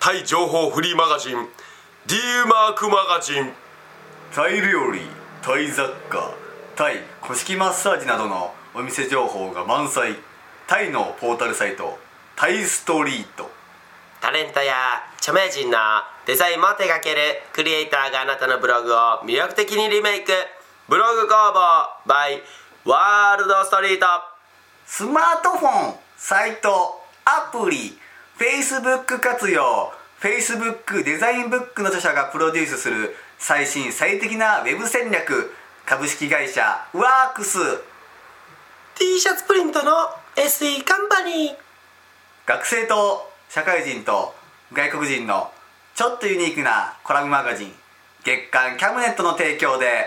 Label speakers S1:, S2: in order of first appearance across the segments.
S1: タイ情報フリーマガジン D マークマガジン
S2: タイ料理タイ雑貨タイ古式マッサージなどのお店情報が満載タイのポータルサイトタイストリート
S1: タレントや著名人のデザインも手掛けるクリエイターがあなたのブログを魅力的にリメイクブログ工房 by ワールドストリート
S2: スマートフォンサイトアプリ Facebook 活用 Facebook デザインブックの著者がプロデュースする最新最適なウェブ戦略株式会社ワークス
S1: T シャツプリントの SE カンパニー
S2: 学生と社会人と外国人のちょっとユニークなコラムマガジン月刊キャムネットの提供で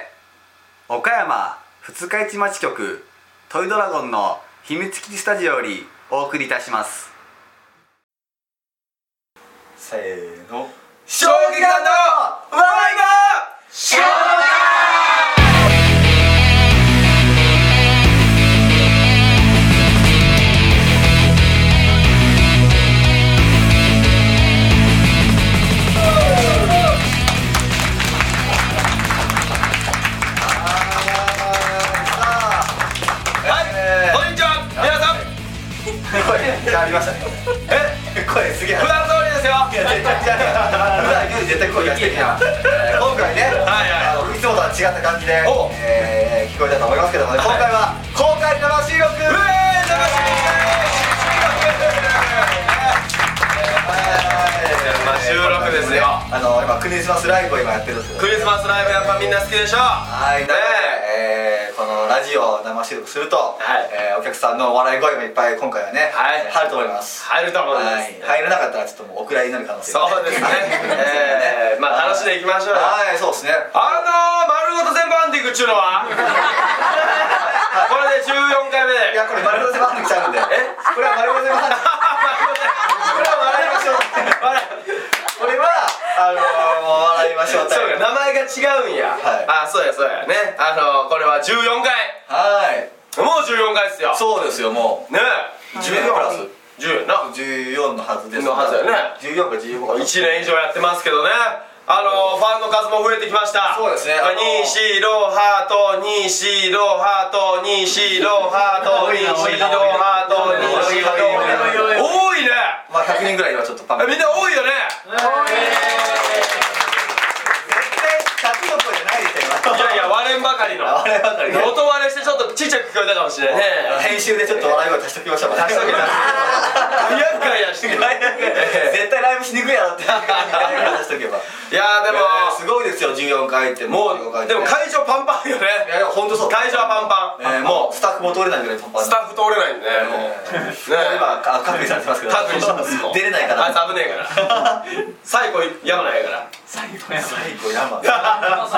S2: 岡山二日市町局トイドラゴンの秘密基地スタジオよりお送りいたしますせーの
S1: 衝撃だと笑いが
S2: え
S1: こんにちは皆さん
S2: ー、声ありましたねえ声すげえ
S1: 普段通りですよ
S2: いや絶対じゃねえ普段より絶対声がしてきなえー今回ね、
S1: はいはい
S2: あのいつもとは違った感じで、
S1: おう
S2: えー聞こえたと思いますけどもね、今回は公開生収録
S1: うえー楽し収録ですよ
S2: あの今クリスマスライブを今やってるんですけど
S1: みクリスマスライブやっぱみんな好きでしょ
S2: はい、
S1: ね
S2: なので、えーこのラジオを生収録すると、
S1: い
S2: えーお客さんの笑い声もいっぱい今回はね、
S1: はい
S2: 入ると思います
S1: 入ると思います
S2: はい入らなかったらちょっともうお蔵入りになる可能性
S1: そう ですねえーまあ楽しんでいきましょうよ
S2: はい、そうですね
S1: あのー、丸ごと全部アンティークっちゅうのはこれで14回目
S2: いや、これ丸ごと番組ちゃうんでえこれは丸ごと番組これは笑いましょうこれは、あのー、笑いましょう
S1: そうか名前が違うんや、
S2: は
S1: あそうやそうやねあのこれは14回
S2: はい
S1: もう14回っすよ
S2: そうですよ、も
S1: ね
S2: う14プラス
S1: え10やな
S2: 14のはずです
S1: のはずやね
S2: 14か15か
S1: 1年以上やってますけどねあのファンの数も増えてきました
S2: そうですね
S1: まあニーシーローハートニーシーローハートニーシーローハートニーシーローハートニーシーローハート多いね
S2: まあ100人ぐらいはちょっとパン
S1: えみんな多いよね
S2: 絶対100の声じゃないですよ
S1: いやいや割れんばかりの
S2: 笑いばかりね
S1: 音割れしてちょっとちっちゃく聞こえたかもしれないね
S2: 編集でちょっと笑い声足しときましょう足
S1: 足しとけ足しとけ厄介やしてくる
S2: 絶対ライブしにくいやろって足しとけば
S1: いやーで
S2: で
S1: も、
S2: すごいですよ14回って
S1: も
S2: 15
S1: う
S2: 回
S1: でも
S2: い
S1: 会場パンパンよね
S2: やいや本当そう
S1: 会場はパンパン、
S2: えーもうスタッフも通れないぐらいパンパ
S1: ス
S2: ン
S1: タッフ通れないんでね、
S2: えー
S1: もう
S2: 今あ確認されてますけど
S1: 確認してますもう
S2: 出れないか
S1: あいつ
S2: ら
S1: 危ねえから最後山名やから
S2: 最後やばい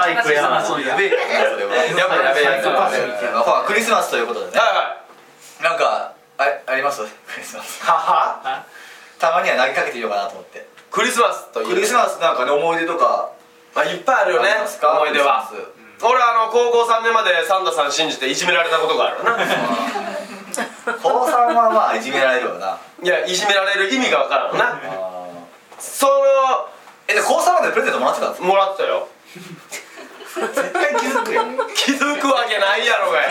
S3: 最高やな。
S2: やべえからねそれ
S1: や
S2: は
S1: ばいやべえやつ
S2: まあねまあクリスマスということでね
S1: は
S2: なんかあありますクリスマ
S1: い
S2: ス
S1: はいはは
S2: たまには投げかけてみようかなと思って
S1: クリスマスという
S2: クリスマスなんかね思い出とか
S1: まあいっぱいあるよね
S2: ありますか
S1: 思い出 は
S2: クリス
S1: 俺あの高校3年までサンタさん信じていじめられたことがあるな
S2: 高三はまあいじめられるよない
S1: やいじめられる意味がわからんなそ
S2: えで高三までプレゼントもらってたんです
S1: のもらったよ
S2: 絶対気づくよ
S1: 気づくわけないやろがや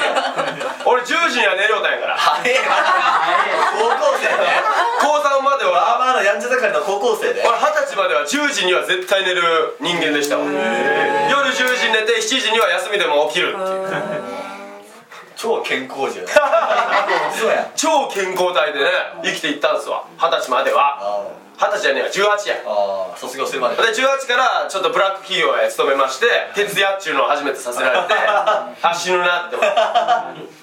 S1: 俺10時には寝りょうたんやから
S2: 早い高校生ね
S1: 高3までは
S2: まあまあやんちゃ盛りの高校生で
S1: 俺二十歳までは10時には絶対寝る人間でしたわ夜10時に寝て7時には休みでも起きるっていう
S2: 超健康じゃんそうや
S1: 超健康体でね生きていったんですわ二十歳までは
S2: あ
S1: 二十歳じゃねえわ18や
S2: ーあー卒業するまで
S1: で18からちょっとブラック企業へ勤めまして徹夜っちゅうのを初めてさせら れてあ死ぬなって思って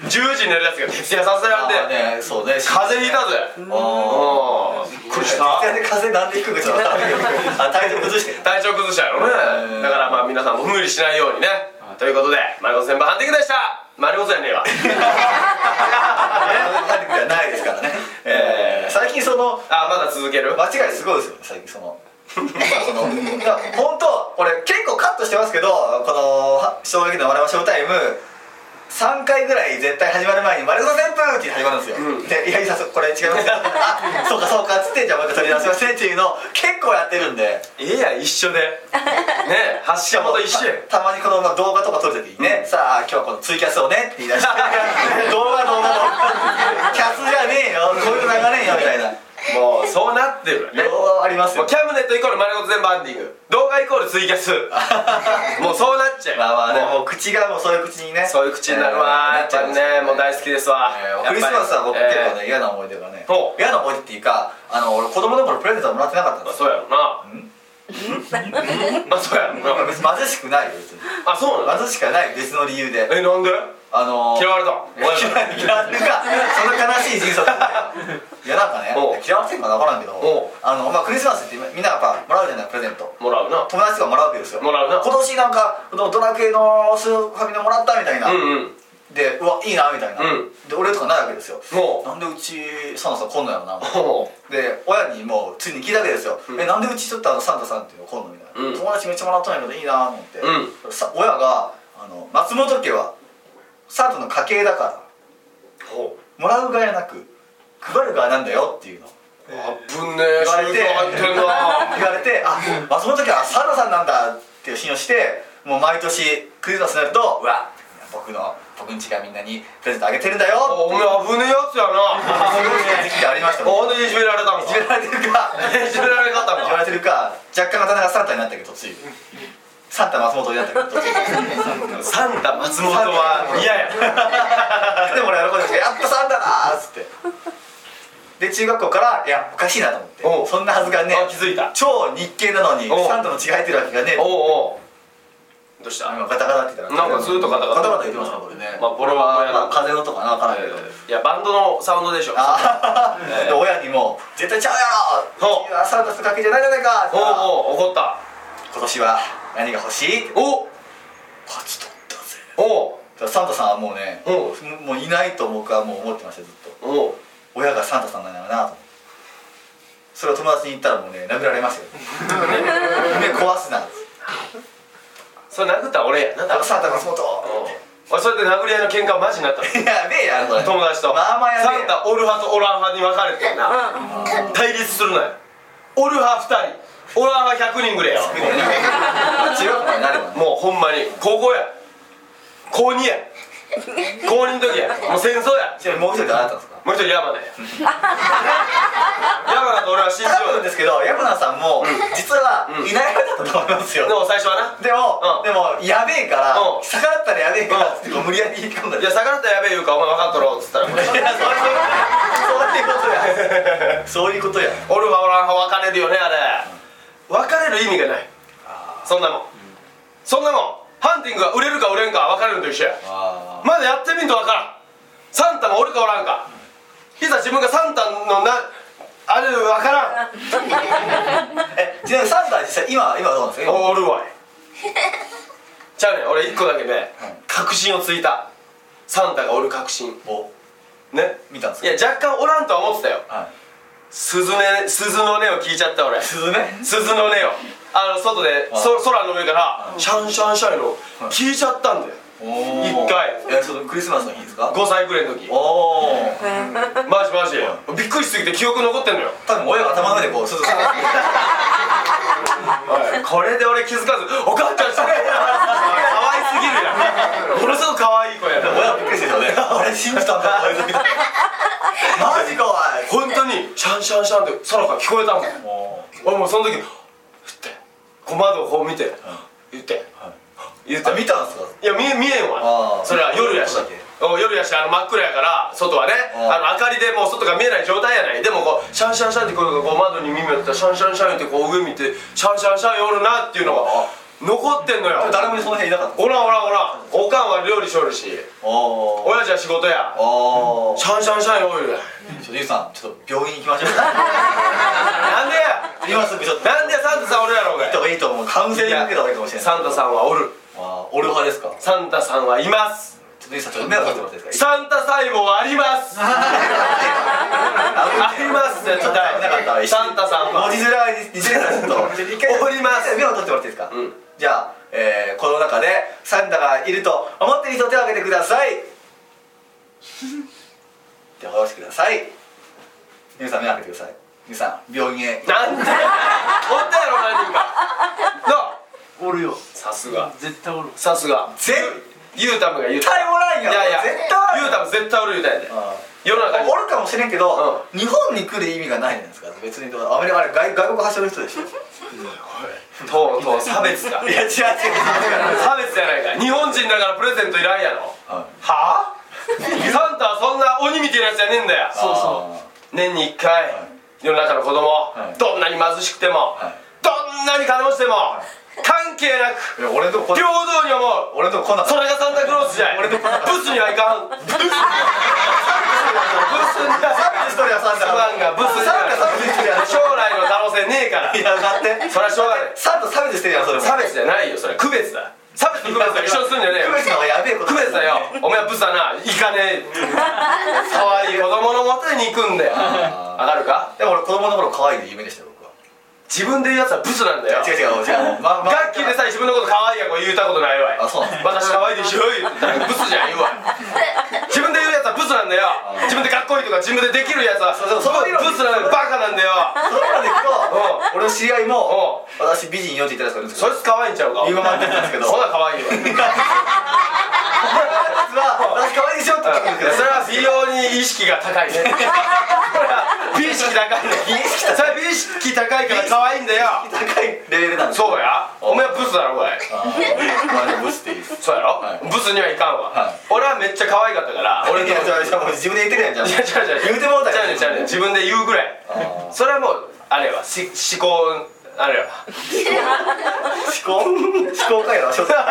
S1: 10時に寝るやつが徹夜させら
S2: あ
S1: れて
S2: ーねそうね
S1: 風邪ひいたぜ
S2: ああ
S1: うんびっくりした
S2: 絶対で風邪なんで引く かちょっと分からんけどあ体調 崩して
S1: 体調崩したやろね
S2: うん
S1: だからまあ皆さんも無理しないようにねということで丸ごと先輩ハンディングでした丸ごとやねえ わ
S2: なんでじゃないですからね、えー、最近その
S1: あまだ続ける
S2: 間違いすごいですよね最近そのまあそのいや本当俺結構カットしてますけどこのは「衝撃の笑わショータイム」3回ぐらい絶対始まる前に「丸ごと旋風!」って始まるんですよ、
S1: うん
S2: で「いやいやそこれ違い ますよ」あそうかそうか」っつって「じゃあもう一回取り直しません」っていうのを結構やってるんで
S1: ええやん一緒で ねえ発
S2: し
S1: 射元一緒やん
S2: たたまにこのまあ動画とか撮るときにね、さあ今日はこのツイキャスをねって言い 出して動画動画のキャスじゃねえよこういうの流れんよみたいな
S1: もうそうなってるよね
S2: 両方あります
S1: もう
S2: よ
S1: キャムネットイコール丸ごと全部ハンディング動画イコールツイキャ スもうそうなっちゃう
S2: まあまあねも
S1: も
S2: う口がもうそういう口にね
S1: うそういう口になるわ
S2: えー
S1: やっぱりねもう大好きですわ
S2: えー
S1: やっぱ
S2: ク
S1: り
S2: リスマスは僕結構
S1: え
S2: ね嫌な思い出がね
S1: ほう
S2: 嫌な思い出っていうかあの俺子供の頃プレゼントもらってなかったん
S1: ー
S2: ですよ
S1: そうやろな まあそうやろ
S2: まあ
S1: な
S2: 別に貧しくないよ別に
S1: あそうなの
S2: 貧しくはない別の理由で
S1: えなんで
S2: あのー
S1: 嫌われたん
S2: 嫌われかその悲しい人生いやなんかね
S1: おう
S2: 嫌われてんかな分からんけど
S1: おう
S2: あの、まあ、クリスマスってみんなやっぱもらうじゃないプレゼント
S1: もらうな
S2: 友達がもらうわけですよ
S1: もらうな
S2: 今年なんかこのドラクエのスーファミのもらったみたいな、
S1: うんうん
S2: でうわいいなみたいな、
S1: うん
S2: で俺とかないわけですよ
S1: おう
S2: なんでうちサンタさん来んのやろな
S1: おう
S2: で親にもうついに聞いたわけですよ、
S1: ん
S2: えなんでうちちょっとあのサンタさんっていうの来んのみたいな、
S1: うん
S2: 友達めっちゃもらったんやけどいいなと思って、
S1: う
S2: さ親があの松本家はサンタの家系だから
S1: ほう
S2: もらう側やなく配る側なんだよっていうの
S1: あぶんねえ
S2: 言われ
S1: 宗
S2: て
S1: 教入ってんな
S2: 言われてあ松本家はサンタさんなんだっていう信用してもう毎年クリスマスになるとうわ僕の僕ん家がみんなにプレゼントあげてるんだ
S1: あ
S2: よ
S1: お前危ねえやつや な
S2: そういう時期がありましたもん
S1: ほんでいじめられたのか
S2: いじめられてるか
S1: いじめられ方
S2: 言わ
S1: か
S2: れてるか若干刀がサンタになったけどついサンタ松本になったけど途中
S1: サンタ松本は嫌や
S2: でも俺喜んでて「やっぱサンタだ!」っつってで中学校からいやおかしいなと
S1: お
S2: 思っ
S1: う
S2: てそんなはずがね
S1: あ気づいた
S2: 超日系なのに
S1: おう
S2: サンタの血が入ってるわけがね
S1: おうおうどうした
S2: 今ガタガタって言ったら
S1: なんかずっとガタガタ
S2: ガタガタ言ってましたねこれね
S1: まあこれは親な
S2: まあ
S1: んだ
S2: 風の音かなわからんけど
S1: いやバンドのサウンドでしょ
S2: あ
S1: ええ
S2: ーで親にも「絶対ちゃうやろ
S1: おう
S2: 君はサンタのかけじゃないじゃないか」っ
S1: お
S2: て言ったら
S1: おう怒った
S2: 今年は何が欲しい?」って
S1: お
S2: 勝ち取ったぜ
S1: おう
S2: だからサンタさんはもうね
S1: お
S2: もういないと僕はもう思ってましたずっと
S1: おう
S2: 親がサンタさんなんだろうなと思ってそれを友達に言ったらもうね殴られ ますよ夢壊すな
S1: それ殴ったら俺やな
S2: あ
S1: だ
S2: のサンタ松本
S1: 俺それで殴り合いの喧嘩マジに なったの
S2: やべえやんこれ
S1: 友達と
S2: まあまあやべえ
S1: サンタオル派とオラン派に分かれてんな対立するなよオル派2人オラン派100人ぐらいやわ
S2: 中学校になればね
S1: もうほんまに高校や高2や高2の時やもう戦争や
S2: ちなみにもう一人誰だったんですか
S1: もう一人山田や山田と俺は信じ
S2: 多
S1: よ
S2: 分
S1: う
S2: ですけどヤコナさんも実はいない方だと思いますよ
S1: でも最初はな
S2: で
S1: う
S2: も
S1: ん
S2: でもやべえから
S1: うん
S2: 逆らったらやべえからってこう無理やり言い込んだ
S1: いや逆らったらやべえ言うかお前分かっとろっつったら
S2: いやそういうことやそういうことや
S1: オルファオランファ分かれるよねあれ分かれる意味がないそんなもん、そんなもんハンティングが売れるか売れんか分かれるのと一緒や
S2: あ
S1: まだやってみんと分からんサンタがおるかおらんかいざ自分がサンタのなあれ分からん
S2: えちなみにサンタは実際今今どうなんですか今
S1: おるわいちゃうねん俺一個だけね確信をついたサンタがおる確信
S2: お
S1: ね
S2: 見たんです
S1: い
S2: か
S1: や若干おらんとは思ってたよ
S2: はい
S1: 鈴ね鈴の音を聞いちゃった 俺
S2: スズメ
S1: 鈴の音をあの外でそ空の上からシャンシャンシャンの聞いちゃったんだよ
S2: 一
S1: 回
S2: えそのクリスマスの日ですか
S1: 5歳くらいの時
S2: おお
S1: マジマジびっくりしすぎて記憶残ってんのよ
S2: 多分親が頭の上でこうすずさ
S1: これで俺気づかず「お母ちゃんそれ!」可愛すぎるやんものすごく可愛い子やな
S2: 親びっくりしてるよね俺信じたんだマジかおい
S1: 本当にシャンシャンシャンって空から聞こえたもん
S2: も
S1: 俺もうその時ふってこう窓をこう見て言って言っ
S2: う
S1: て
S2: 見たんですか
S1: いや見え見えん
S2: あ
S1: わ
S2: ー
S1: それは夜やし
S2: そうだっけ
S1: お夜やしあの真っ暗やから外はね
S2: うん
S1: あの明かりでもう外が見えない状態やないでもこうシャンシャンシャンってこうこう窓に耳をってシャンシャンシャンってこう上見てシャンシャンシャンおるなっていうのが残ってんのよ
S2: 誰もその辺いなかった
S1: おらんおらんおらんおかんは料理しょるし
S2: おー
S1: 親父は仕事や
S2: おー
S1: シャンシャンシャンおるや
S2: ちょっとゆうさんちょっと病院行きましょう
S1: なんでや
S2: 今すぐちょっと
S1: なんでサンタさんおるやろう
S2: 行っ
S1: が
S2: た方がいいと思うカウンセリング受けた方がいいかもしれない
S1: サンタさんはおる
S2: あーオル派ですか
S1: サンタさんはいます
S2: ちょっとゆうさんちょっと目を閉じてもらっていいですか
S1: サンタ細胞はありますあります絶対サンタさん
S2: 文
S1: は
S2: 字づらいですちょっと
S1: おります
S2: 目を取ってもらっていいですか、
S1: うん
S2: じゃあ、えーこの中でサンタがいると思っている人手を挙げてください手を下ろしてください皆さん目を開けてください皆さん病院へ
S1: なんでおったやろ何人かなあ
S4: おるよ
S1: さすが
S4: 絶対おる
S1: さすが
S2: 絶
S1: ゆうたむが言うた
S2: 対おらん
S1: い
S2: よ
S1: やいや
S2: 絶対おらん
S1: ゆうたむ絶対おる言うたんやで世の中に
S2: おるかもしれんけど、日本に来る意味がないじゃないですか別にどうアメリカあれ外外国発祥の人でしょ
S1: とうとう差別 だ
S2: いや違う違う違う
S1: 差別じゃないか日本人だからプレゼントいらんやろ
S2: はい
S1: はあサンタはそんな鬼みたいなやつじゃねえんだよ
S2: そうそう
S1: 年に1回、世の中の子供、
S2: はい
S1: どんなに貧しくても、
S2: はい
S1: どんなに金持ちでも、関係なく
S2: いや俺のとこ
S1: 平等に思う
S2: 俺のとこ来なかった
S1: それがサンタクロースじゃい
S2: 俺とこんな
S1: ブスにはいかんブスに
S2: サービス取りはサンタ
S1: 不安がブスに
S2: サンタサービス取りは
S1: 将来の可能性ねえから
S2: いやだって
S1: それはしょうがない
S2: サンタ差別してるやんそれも
S1: 差別じゃないよそれ区別だ差別と区別が一緒にするんじゃねえよ
S2: 区別の方がやべえこと
S1: 区別だよお前はブスだないかねえ可愛い子供のもとに行くんだよ
S2: あー
S1: わかるか
S2: でも俺子供の頃可愛いの夢でしたよ僕は
S1: 自分で言うやつはブスなんだよ
S2: 違う違う違うま
S1: ガッキーでさえ自分のこと可愛いやこう言うたことないわい
S2: あそうなんだ
S1: 私可愛いでしょ言ったらブスじゃん言うわ自分で言うやつはブスなんだよ自分でかっこいいとか自分でできるやつはそ
S2: そうそう
S1: うブスなんだよバカなんだよ
S2: そのまでいくと俺の知り合いも
S1: う
S2: 私美人よって言ったらす
S1: そ
S2: るんですけど
S1: いつ可愛いんちゃうか
S2: 言うままってたんですけど
S1: そんな可愛いわい
S2: 実は私可愛いでしょって言ってくるん
S1: や
S2: です
S1: そ
S2: けど
S1: れは美容に意識が高いねそれは美意識高いね
S2: 意識高い
S1: それは美意識高いから可愛いんだよ
S2: 高いレベルなんです
S1: そうやお前はブスだろこれ
S2: あーまあでもブスっていいです
S1: そうやろ、
S2: はい
S1: ブスにはいかんわ、
S2: はい
S1: 俺はめっちゃ可愛かったから俺
S2: 俺
S1: の
S2: いやじゃあじゃあもう自分で言ってくれやんじ
S1: いや
S2: ゃ
S1: 違う違う違う
S2: あ言うてもうた
S1: 違うね違うね
S2: ん
S1: 自分で言うぐらい
S2: あー
S1: それはもうあれはし思考あれは
S2: 思考思考回路はしょって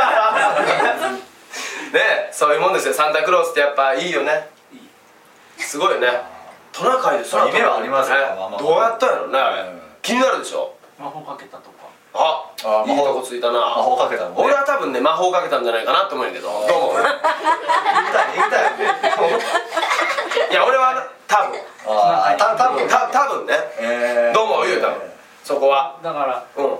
S1: ねえそういうもんですよサンタクロースってやっぱいいよねすごいよねトナカイで空飛ぶ
S2: 夢はありますよ
S1: ね
S2: まあまあ
S1: どうやったんやろうねあれ
S2: うん
S1: 気になるでしょ
S4: 魔法かけたとか
S1: あ
S2: あ
S1: いい
S2: 魔
S1: と
S2: 法
S1: こついたな
S2: 魔法かけたのね
S1: 俺は多分ね魔法かけたんじゃないかなと思うんやけどどうも
S2: 言いたい言いたいよね
S1: いや俺は多分
S2: あーた多分
S1: た多分ね
S2: えー
S1: どうも言うたもんそこは
S5: だから
S1: うん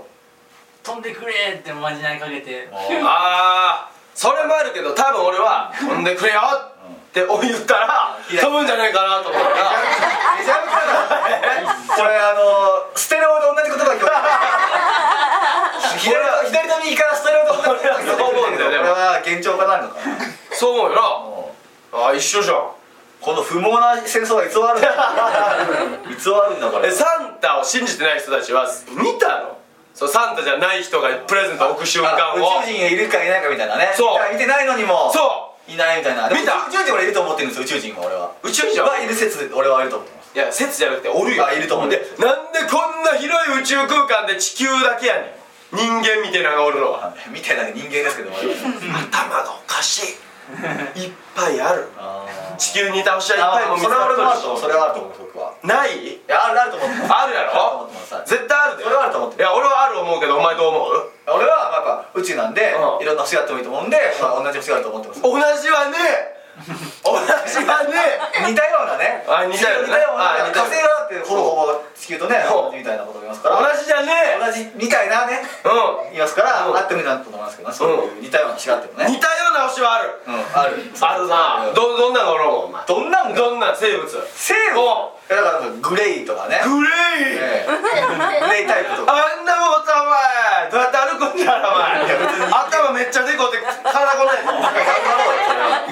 S5: 飛んでくれってまじないかけて
S2: あ
S1: ああそれもあるけど多分俺は「飛んでくれよ!」って言ったら
S2: いや
S1: 飛ぶんじゃないかなと思うから
S2: めちゃめちゃだこれあのステレオと同じ言葉が聞こえてる左と左と右からステレオと同じ言葉が聞こえてくる
S1: 俺
S2: これは幻聴かなんのかな
S1: そう思うよ
S2: も
S1: なあ一緒じゃん
S2: うこの不毛な戦争がいつ終わる んだいつ終わるんだこれ
S1: えサンタを信じてない人たちは見たのそうサンタじゃない人がプレゼントを置く瞬間
S2: あ宇
S1: を
S2: 宙人がいるかいないかみたいなね
S1: そう
S2: 見てないのにも
S1: そう
S2: いないみたいなでも
S1: 見た
S2: 宇宙人俺いると思ってるんですよ宇宙人は俺は
S1: 宇宙人は
S2: はいる説俺はいると思ってます
S1: いや説じゃなくておるよ
S2: あいると思う
S1: でなんでこんな広い宇宙空間で地球だけやねん人間みたいなのがおるのは
S2: みたいな人間ですけど我々
S1: 頭がおか しいいっぱいある
S2: あー
S1: 地球に倒したらいっぱいも
S2: あ
S1: 見
S2: そ
S1: つ
S2: れ
S1: か
S2: は
S1: る
S2: 俺もある
S1: し
S2: と思うそれはあると思う僕は
S1: ない
S2: いやあ るあると思ってます
S1: あるや
S2: あ
S1: ろ
S2: ると思ってます
S1: 絶対あるで
S2: それはあると思って
S1: いや俺はある思うけどお前どう思う
S2: 俺はまあやっぱ宇宙なんで、
S1: うん
S2: いろんな星があってもいいと思うんで、まあ、同じ星があると思ってます
S1: 同じはねえ同じはね
S2: 似たようなね
S1: あ似たようなねあ
S2: 似たような
S1: 似たよう
S2: 火
S1: な
S2: 星はだってほぼほぼ地球とね
S1: そう
S2: みたいなこと言います
S1: え
S2: か
S1: 同
S2: ら
S1: じじゃね
S2: 同じみたいなね
S1: え
S2: 言いますから、
S1: うん
S2: あってもいいなと思いますけどねそういう似たような星があっても
S1: うん
S2: ね
S1: 似たような星はある
S2: うんある
S1: あるなどどんなのおろうお前
S2: どんなんが
S1: どんな生物
S2: 生物いやだからグレイとかね
S1: グレイ、
S2: ええグレイタイプとか
S1: あんなもんさお前どうやって歩くんだろお前頭めっちゃでこって体こない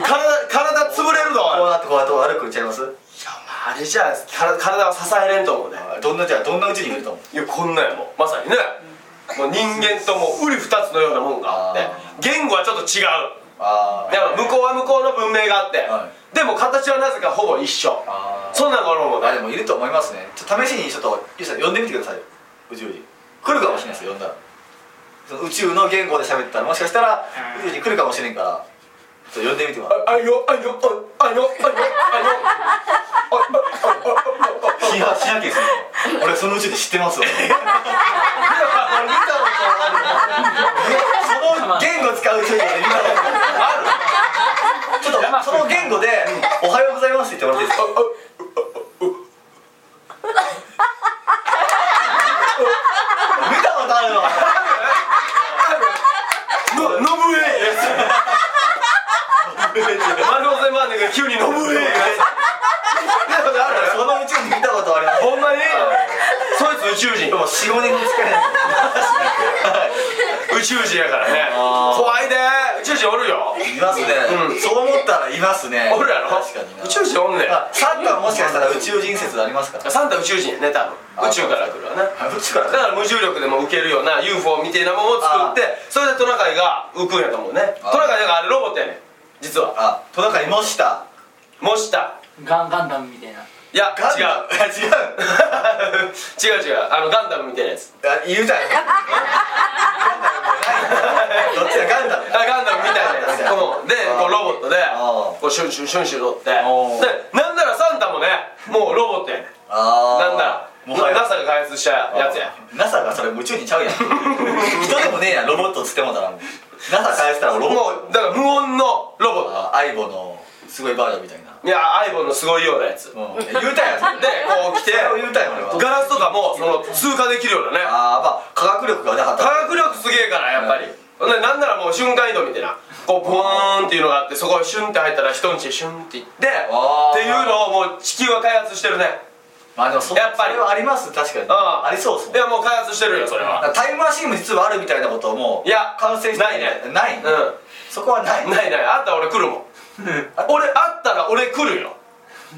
S1: 体体潰れるぞおい
S2: こうなってこうやって歩くんちゃいます
S1: いやお前あれじゃ体体を支えれんと思うね
S2: どんなじゃあどんな宇宙にいると思う
S1: いやこんなんやもうまさにねもう人間ともう瓜二つのようなもんがあって
S2: あ
S1: 言語はちょっと違う
S2: あ
S1: だから向こうは向こうの文明があって、
S2: は
S1: でも形はなぜかほぼ一緒
S2: あー
S1: そんなのも
S2: あ
S1: ない
S2: でもいると思いますねちょっと試しにちょっとゆうさん呼んでみてくださいよ宇宙人来るかもしれないですよ呼んだらその宇宙の言語で喋ったらもしかしたら宇宙人来るかもしれんからちょっと呼んでみてもらう
S1: ああよあよああよあよあ
S2: 批判しなきゃいけない 俺その宇宙人知ってます わ見たことあるもんその言語使う宇宙人俺見たことあるちょっとその言語で「おはようございます」って言ってもら っていいですか見たことあ るわ
S1: よののぶえ丸尾さんマンネが急にのぶえ
S2: 見たことあるその宇宙人見たことあります
S1: ほんまにそいつ宇宙人
S2: もう四五年に近い
S1: 宇宙人やからね怖いで宇宙人おるよ
S2: いますね、
S1: うん
S2: そう思ったらいますね
S1: おるやろ
S2: 確かにな
S1: 宇宙人おんねん
S2: まあサンタはもしかしたら宇宙人説ありますから
S1: サンタ宇宙人やね多分
S2: あ
S1: 宇宙から来るわな
S2: 宇宙から
S1: だから無重力でも浮けるような UFO みたいなものを作ってそれでトナカイが浮くんやと思うね
S2: あ
S1: トナカイだからあれロボットやねん実は
S2: あトナカイ模した
S1: 模した
S5: ガンガンダムみたいない
S1: や
S2: ガン
S1: 違う
S2: 違う
S1: 違う違うあのガンダムみたいなやつ
S2: あ言うたよどっちだガンダム
S1: あガンダムみたいなやつこので
S2: あー
S1: こうロボットで
S2: あー
S1: こうシュンシュンシュンシュン乗ってで
S2: おー
S1: なんならサンタもねもうロボットやねん
S2: あ
S1: なんなら
S2: もは
S1: NASA
S2: や
S1: が開発したやつや
S2: NASA がそれ宇宙人ちゃ うやん人でもねえやんロボットつってもだなもう NASA 返したらロボット
S1: もうだから無音のロボット
S2: あアイボのすごいバージョンみたいな、
S1: いやアイボンのすごいようなやつでこ
S2: うん、言うたやん それ
S1: う来て
S2: それを言うたよ俺は
S1: ガラスとかもその通過できるようなね
S2: ああまあ科学力がなかった
S1: 科学力すげえからやっぱり、ほんでなんならもう瞬間移動みたいなこうポーンっていうのがあってそこへシュンって入ったら人んちへシュンって行って
S2: あ
S1: って
S2: ー
S1: いうのをもう地球は開発してるね
S2: まあでもそ
S1: やっぱり
S2: それはあります確かに
S1: あ
S2: ありそうです
S1: い
S2: ね
S1: やもう開発してるよそれは
S2: タイムマシーンも実はあるみたいなことをもう
S1: いや
S2: 完成して
S1: ないね
S2: ない、
S1: う
S2: そこはない
S1: んないないあったら俺来るもん俺あったら俺来るよ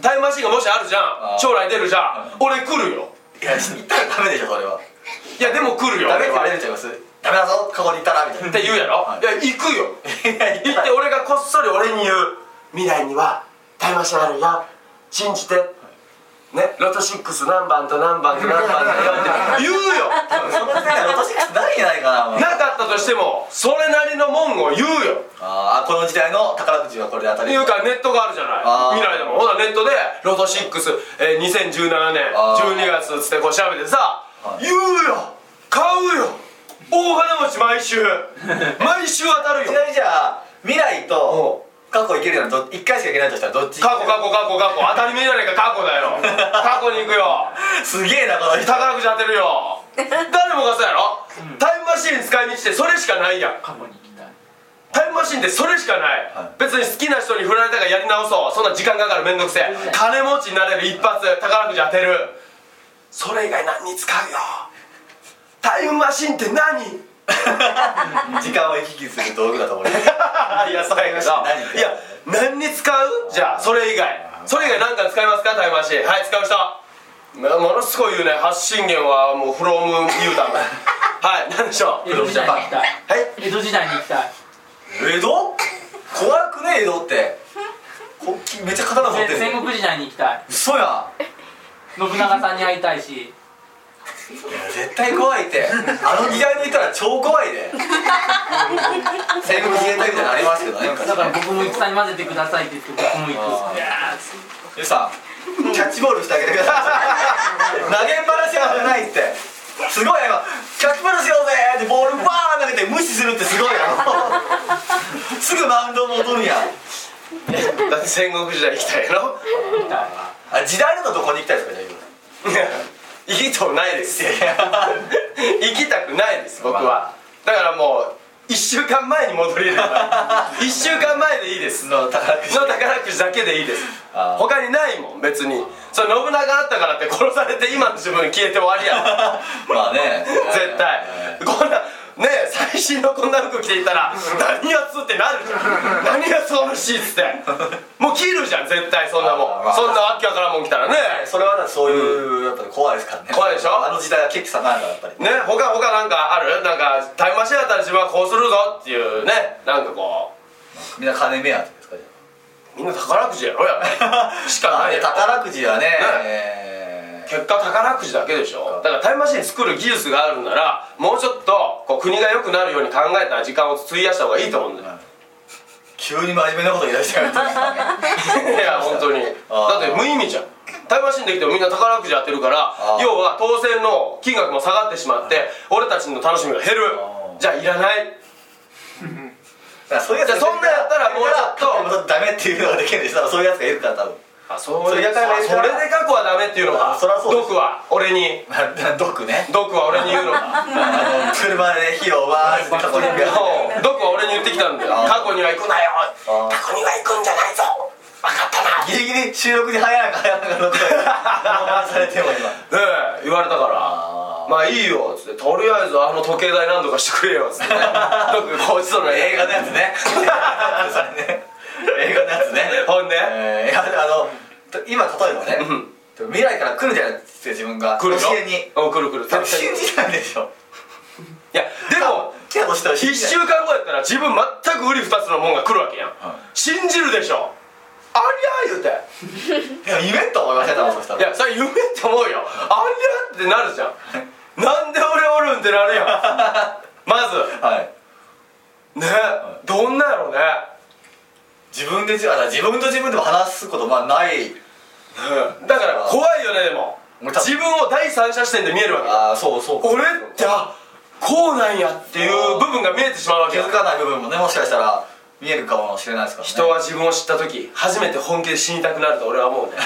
S1: タイムマシンがもしあるじゃ
S2: あ
S1: ん
S2: ー
S1: 将来出るじゃん俺来るよ
S2: いや言ったらダメでしょそれはい
S1: やでも来るよ
S2: ダメっ
S1: 俺
S2: て言わ
S1: は
S2: れる
S1: っ
S2: んちゃいますダメだぞ過去に行ったらみたいな
S1: て言うやろ、
S2: はい
S1: い、や行くよ
S2: い
S1: 行って俺がこっそり俺に言う未来にはタイムマシンあるよ信じてねロト6何番と何番と何番だよって言うよ
S2: その時代ロト6ないんじゃないかなもう
S1: なかったとしてもそれなりの文を言うよ
S2: ああこの時代の宝くじはこれで当たり
S1: いうかネットがあるじゃない
S2: あー
S1: 未来だもんほなネットで「ロト6、えー、2017年
S2: あー
S1: 12月」っつってこう調べてさ
S2: はい
S1: 言うよ買うよ大金持ち毎 週毎週当たる
S2: ち
S1: よ
S2: なみにじゃあ未来と過去行けるような1回しか行けないとしたらどっち
S1: 過去過去過去過去当たり前じゃないか過去だよ過去に行くよ
S2: すげえなこの人
S1: 宝くじ当てるよ誰もがそうやろタイムマシーン使い道ってそれしかないやん
S5: 過去に行きたい
S1: タイムマシンってそれしかない、
S2: は
S1: 別に好きな人に振られたからやり直そうそんな時間かかるめんどくせえ金持ちになれる一発宝くじ当てるそれ以外何に使うよタイムマシンって何
S2: 時間を行き来する道具だと 思う
S1: いやそうやけど
S2: 何
S1: いや何に使うじゃあそれ以外それ以外何か使いますかタイムマシンはい使う人なものすごい言うね発信源はもうフロムユータンだはい何でしょう
S5: 江戸時代に行きたい
S2: はい
S5: 江戸時代に行きたい
S2: 江戸怖くね江戸って国旗めっちゃ刀持って
S5: 戦
S2: る
S5: 戦国時代に行きたい
S2: 嘘や
S5: 信長さんに会いたいし
S2: んいや絶対怖いってあの時代のいたら超怖いで戦国自衛隊みたいなのありますけどね
S5: だから僕も戦に混ぜてくださいって言って僕も行
S2: あー
S5: くいやー
S2: ゆうさんキャッチボールしてあげてください 投げっぱなしは危ないってすごいよキャッチボールしようぜってボールバーン投げて無視するってすごいよすぐマウンド戻るやん
S1: だって戦国時代行きたい の
S2: あ時代のどこに行きたいですかじ
S1: い
S2: ゃあ
S1: や行きたくないですよ 行きたくないです僕は、
S2: ま
S1: だからもう1週間前に戻りれ ば1週間前でいいですの
S2: の宝くじ
S1: 宝くじだけでいいです
S2: あー
S1: 他にないもん別にそれ信長あったからって殺されて今の自分消えて終わりや
S2: まあね
S1: 絶対こんなねえ最新のこんな服着ていったら「何やつ」ってなるじゃん「何やつおるし」っつってもう切るじゃん絶対そんなも
S2: あー
S1: ん、
S2: まあ
S1: そんなわけわからんもん来たらね
S2: それはだからそういうやっぱり怖いですからね
S1: 怖いでしょ
S2: あの時代は血気盛んだからやっぱり
S1: ね他他なんかあるなんかタイムマシンだったら自分はこうするぞっていうねなんかこう
S2: みんな金目当てですかじゃあ
S1: みんな宝くじやろやっぱ りしか
S2: あ
S1: ない
S2: れ
S1: よ
S2: 宝くじはね
S1: ね
S2: えー
S1: 結果宝くじだけでしょだからタイムマシン作る技術があるんならもうちょっとこう国が良くなるように考えた時間を費やした方がいいと思うんだよ
S2: 急に真面目なこと言い出しちゃう
S1: いや本当にだ
S2: あー
S1: って無意味じゃんタイムマシンできてもみんな宝くじ当てるから
S2: あー
S1: 要は当選の金額も下がってしまって俺たちの楽しみが減る
S2: あー
S1: じゃあいらない
S2: そういうや
S1: じゃ
S2: つ
S1: あそんなんやったらもうちょっと
S2: っとダメっていうのができるんでしたらそういうやつがいるから多分
S1: あそ
S2: そ
S1: れや
S2: れや
S1: か
S2: からら
S1: そ
S2: やから
S1: れで過去はダメっていうのか
S2: あそりゃそうです
S1: 毒は俺に
S2: まあ 毒ね
S1: 毒は俺に 言うのか
S2: あの車で火をわー って囲に行くやつ
S1: そう毒は俺に言ってきたんだよ
S2: あー
S1: 過去には行くなよ
S2: あー
S1: 過去には行くんじゃないぞ分かったな
S2: ギリギリ収録に早いか早いかの声が回されても今
S1: ねえ言われたから「まあいいよ」っつって「とりあえずあの時計台なんとかしてくれよ」っつってねどっか落ちそうな
S2: 映画のやつねそれね映画のやつね
S1: ほんで
S2: えーいやあのと今例えばね
S1: うん
S2: 未来から来るじゃないですか自分が
S1: 来るよ
S2: 教えに
S1: うん来る来る
S2: 多分
S1: 絶対
S2: 信
S1: い
S2: じないでしょ
S1: やでも
S2: 来たとしては信
S1: 1
S2: じな
S1: 週
S2: い
S1: 間後やったら自分全く瓜二つのもんが来るわけやん信じるでしょありゃー言うて
S2: いや夢と思いました多分そした
S1: い
S2: ら
S1: やそれ夢って思うよありゃってなるじゃんなんで俺おるんってなるやんまず
S2: はい
S1: ねどんなやろうね
S2: 自分で自あ自分と自分でも話すことまあない
S1: だから怖いよねでも
S2: 俺多分
S1: 自分を第三者視点で見えるわけ
S2: ああそうそう
S1: 俺ってあこうなんやっていう部分が見えてしまうわけ
S2: 気
S1: よ
S2: づかない部分もねもしかしたら見えるかもしれないですからね
S1: 人は自分を知った時初めて本気で死にたくなると俺は思う ね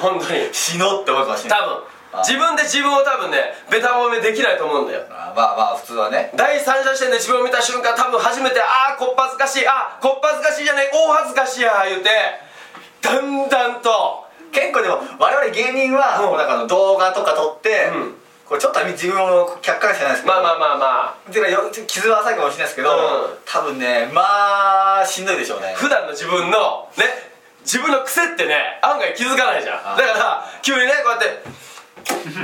S1: 本当に
S2: 死のうって思うかもしれない
S1: 多分
S2: あ
S1: 自分で自分を多分ねべた褒めできないと思うんだよ
S2: あーまあまあ普通はね
S1: 第三者視点で自分を見た瞬間多分初めてああこっぱずかしいあーこっぱずかしいじゃない大恥ずかしいや言うてだんだんと
S2: 結構でも我々芸人は、
S1: うん
S2: こうなんかあの動画とか撮って、
S1: うん
S2: こうちょっと自分を客観視じゃないですけ
S1: ま
S2: ど
S1: あまあまあまあ
S2: てかよ傷は浅いかもしれないですけど、
S1: うん
S2: 多分ねまあしんどいでしょうね
S1: 普段の自分のね自分の癖ってね案外気づかないじゃん
S2: あ
S1: だから急にねこうやって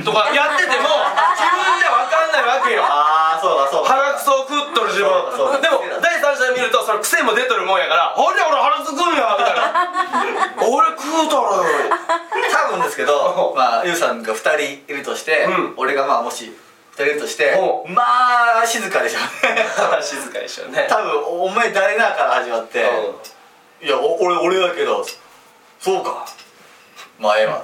S1: とかやってても自分じゃ分かんないわけよ
S2: ああそうだそうだ
S1: 腹くそを食っとる自分
S2: そうそう
S1: でも第三者で見るとその癖も出とるもんやから「ほれ俺腹くそ食うんや」みたい な「俺食うとる」
S2: 多分ですけどまあゆうさんが2人いるとして、
S1: うん
S2: 俺がまあもし2人いるとして
S1: う
S2: まあ静かでしょう ね
S1: 静かにしようね
S2: 多分お前誰なから始まって「いやお俺俺だけどそうかまあええわ」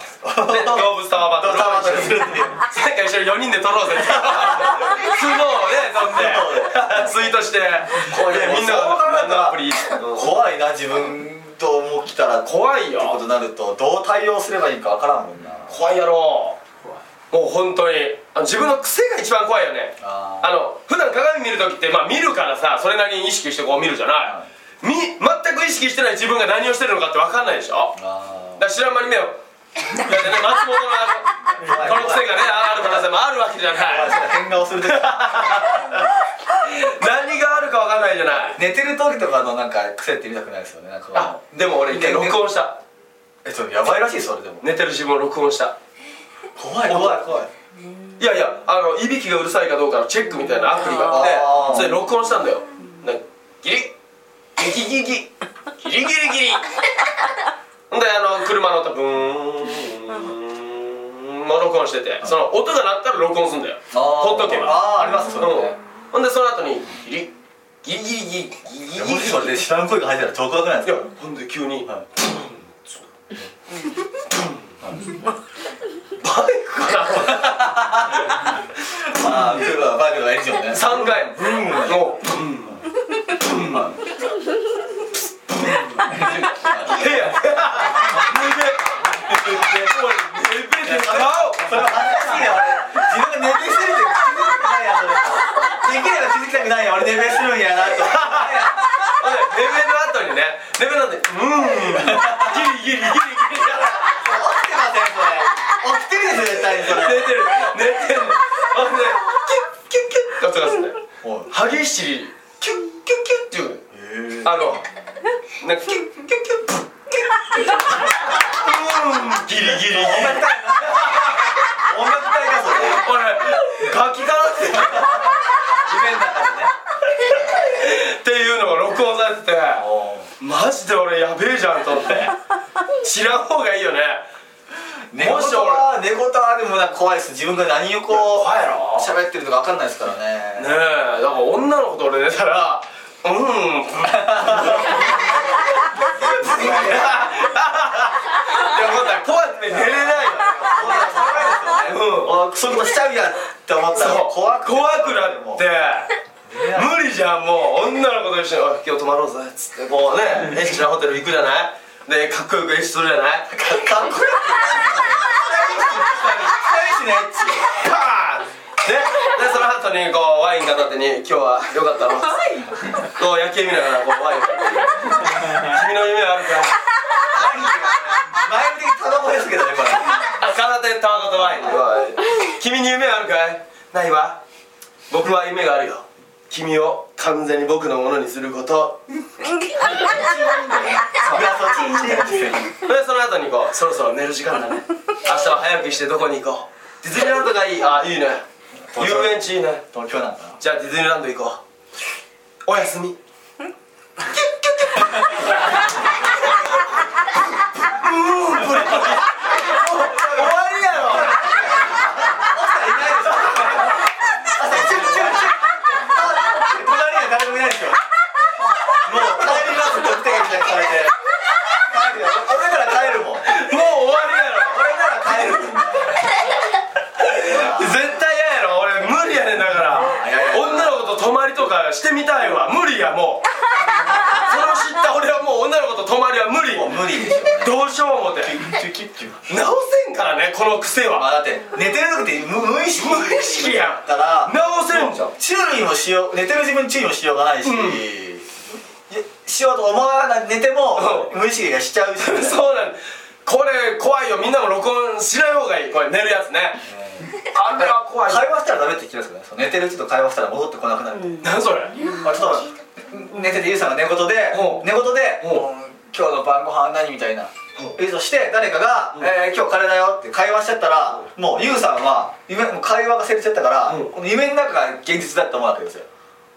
S1: で動物玉バトル
S2: ドタバタするっていう
S1: なんか一緒に4人で撮ろうぜってスノーをね撮ってツイートして
S2: これ
S1: みんなが
S2: そう考えたら
S1: アプリ
S2: 怖いな自分とも来たらこ
S1: 怖いう
S2: いうこ
S1: よ
S2: とになるとどう対応すればいいかわからんもんな
S1: 怖いやろもう本当にあの自分の癖が一番怖いよね
S2: あ
S1: あの普段鏡見る時ってまあ見るからさそれなりに意識してこう見るじゃない、み全く意識してない自分が何をしてるのかって分かんないでしょだか
S2: あ
S1: ら知らん間に目を だってね松本のあのこの癖がねある可能性もあるわけじゃない
S2: 変顔するとき
S1: 何があるか分かんないじゃない
S2: 寝てる時とかのなんか癖って見たくないですよねなんかこう
S1: あでも俺一回録音した
S2: えそれやばいらしいそれでも
S1: 寝てる自分を録音した
S2: 怖い怖い怖い
S1: いやいやあのいびきがうるさいかどうかのチェックみたいなアプリがあっ
S2: あー
S1: てそれ録音したんだよなんかギリギリギリギリギリギリギリほんであの車乗ったブーンも録音しててその音が鳴ったら録音すんだよ
S2: あー
S1: ほっとけば
S2: あーありますそれね
S1: うんほんでその後にギリギリギリギリギリギリギリ
S2: いやもしそれ で知らん声が入ったら超怖くない
S1: い
S2: で
S1: や
S2: すか
S1: ほんで急に、
S2: は
S1: バイクかな
S2: ああ例えばバイクとかエンジンをね
S1: 3回ブンの部屋寝てて
S2: それは恥ずかしいよ俺自分が寝てすぎて気づきたくないやそれできれば気づきたくないや俺寝てするんやなと
S1: レベルの後にねレベルの後にうーんギリギリギリギリ
S2: 起きてませんそれ起きてるでしょ絶対にそれ
S1: 寝てる寝てるほんでキュッキュッキュッって音がするんだよ
S2: おい
S1: 歯ぎしりキュッキュッキュッっていうあのなんかキュッキュッキュッキュッうーんギリギリギリ
S2: 音楽隊かそれ
S1: 俺ガキかなって
S2: 地面だからね
S1: っていうのが録音されててと思って知らん方がいいよね
S2: 寝言は寝言はでもなんか怖いです自分が何をこう
S1: 怖いやろ
S2: 喋ってるのか分かんないですから
S1: ねえ
S2: ね
S1: だから女の子と俺寝たらうんって思ったら怖くて寝れないよ、うん、
S2: あそういうことしちゃうやって思ったら
S1: そう
S2: 怖く
S1: 怖くなって無理じゃんもう女の子と一緒におい「今日泊まろうぜ」っつってこうねエッチなホテル行くじゃないでかっこよく演出するじゃない
S2: かっこよく汚いしね
S1: パーンねでその後にこうワイン片手に「今日はよかったの」こう 夜景見ながらこうワインを君の夢はあるか
S2: 前向きにタバコですけどね これ
S1: 片手タバコとワイン君に夢はあるかいないわ僕は夢があるよ君を完全に僕のものにすること
S2: いやそうチンチンって
S1: でその後にこうそろそろ寝る時間だね明日は早起きしてどこに行こうディズニーランドがいいあいいね遊園地いいね
S2: 東京なんかな
S1: じゃあディズニーランド行こうおやすみ
S2: 終わりやろ朝いないでしょ朝チュンチュンチュンって隣には誰もいないでしょもう帰りますって手がみたいにされて帰るよ俺なら帰るもん
S1: もう終わり
S2: 俺なら帰るもん
S1: やろ絶対嫌やろ俺無理やねんだから
S2: いやいや
S1: 女の子と泊まりとかしてみたいわ無理やもうそれを知った俺はもう女の子と泊まりは無理
S2: もう無理でしょ
S1: どうしようも思
S2: うね
S1: て
S2: チュキッチュ
S1: 直せんからねこの癖
S2: ま
S1: は
S2: あだって寝てる時って無無意識
S1: 無意識やん
S2: だから
S1: 直せんじゃん
S2: 注意もしよう寝てる自分に注意もしようがないし、
S1: ん
S2: いやしようと思わない寝ても
S1: う
S2: 無意識がしちゃうし
S1: そうなんこれ怖いよみんなも録音しない方がいいこれ寝るやつねあれは怖い
S2: 会話したらダメって聞きますからねそう寝てる人と会話したら戻ってこなくなる、
S1: 何それ
S2: まあ、例えば寝ててゆうさんが寝言で
S1: うん
S2: 寝言で、
S1: うん
S2: うん今日の晩ご飯何?」みたいなえとして誰かが「えー今日カレーだよ」って会話しちゃったらもうゆうさんは夢もう会話が成立しちゃったから
S1: うん
S2: この夢の中が現実だって思うわけですよ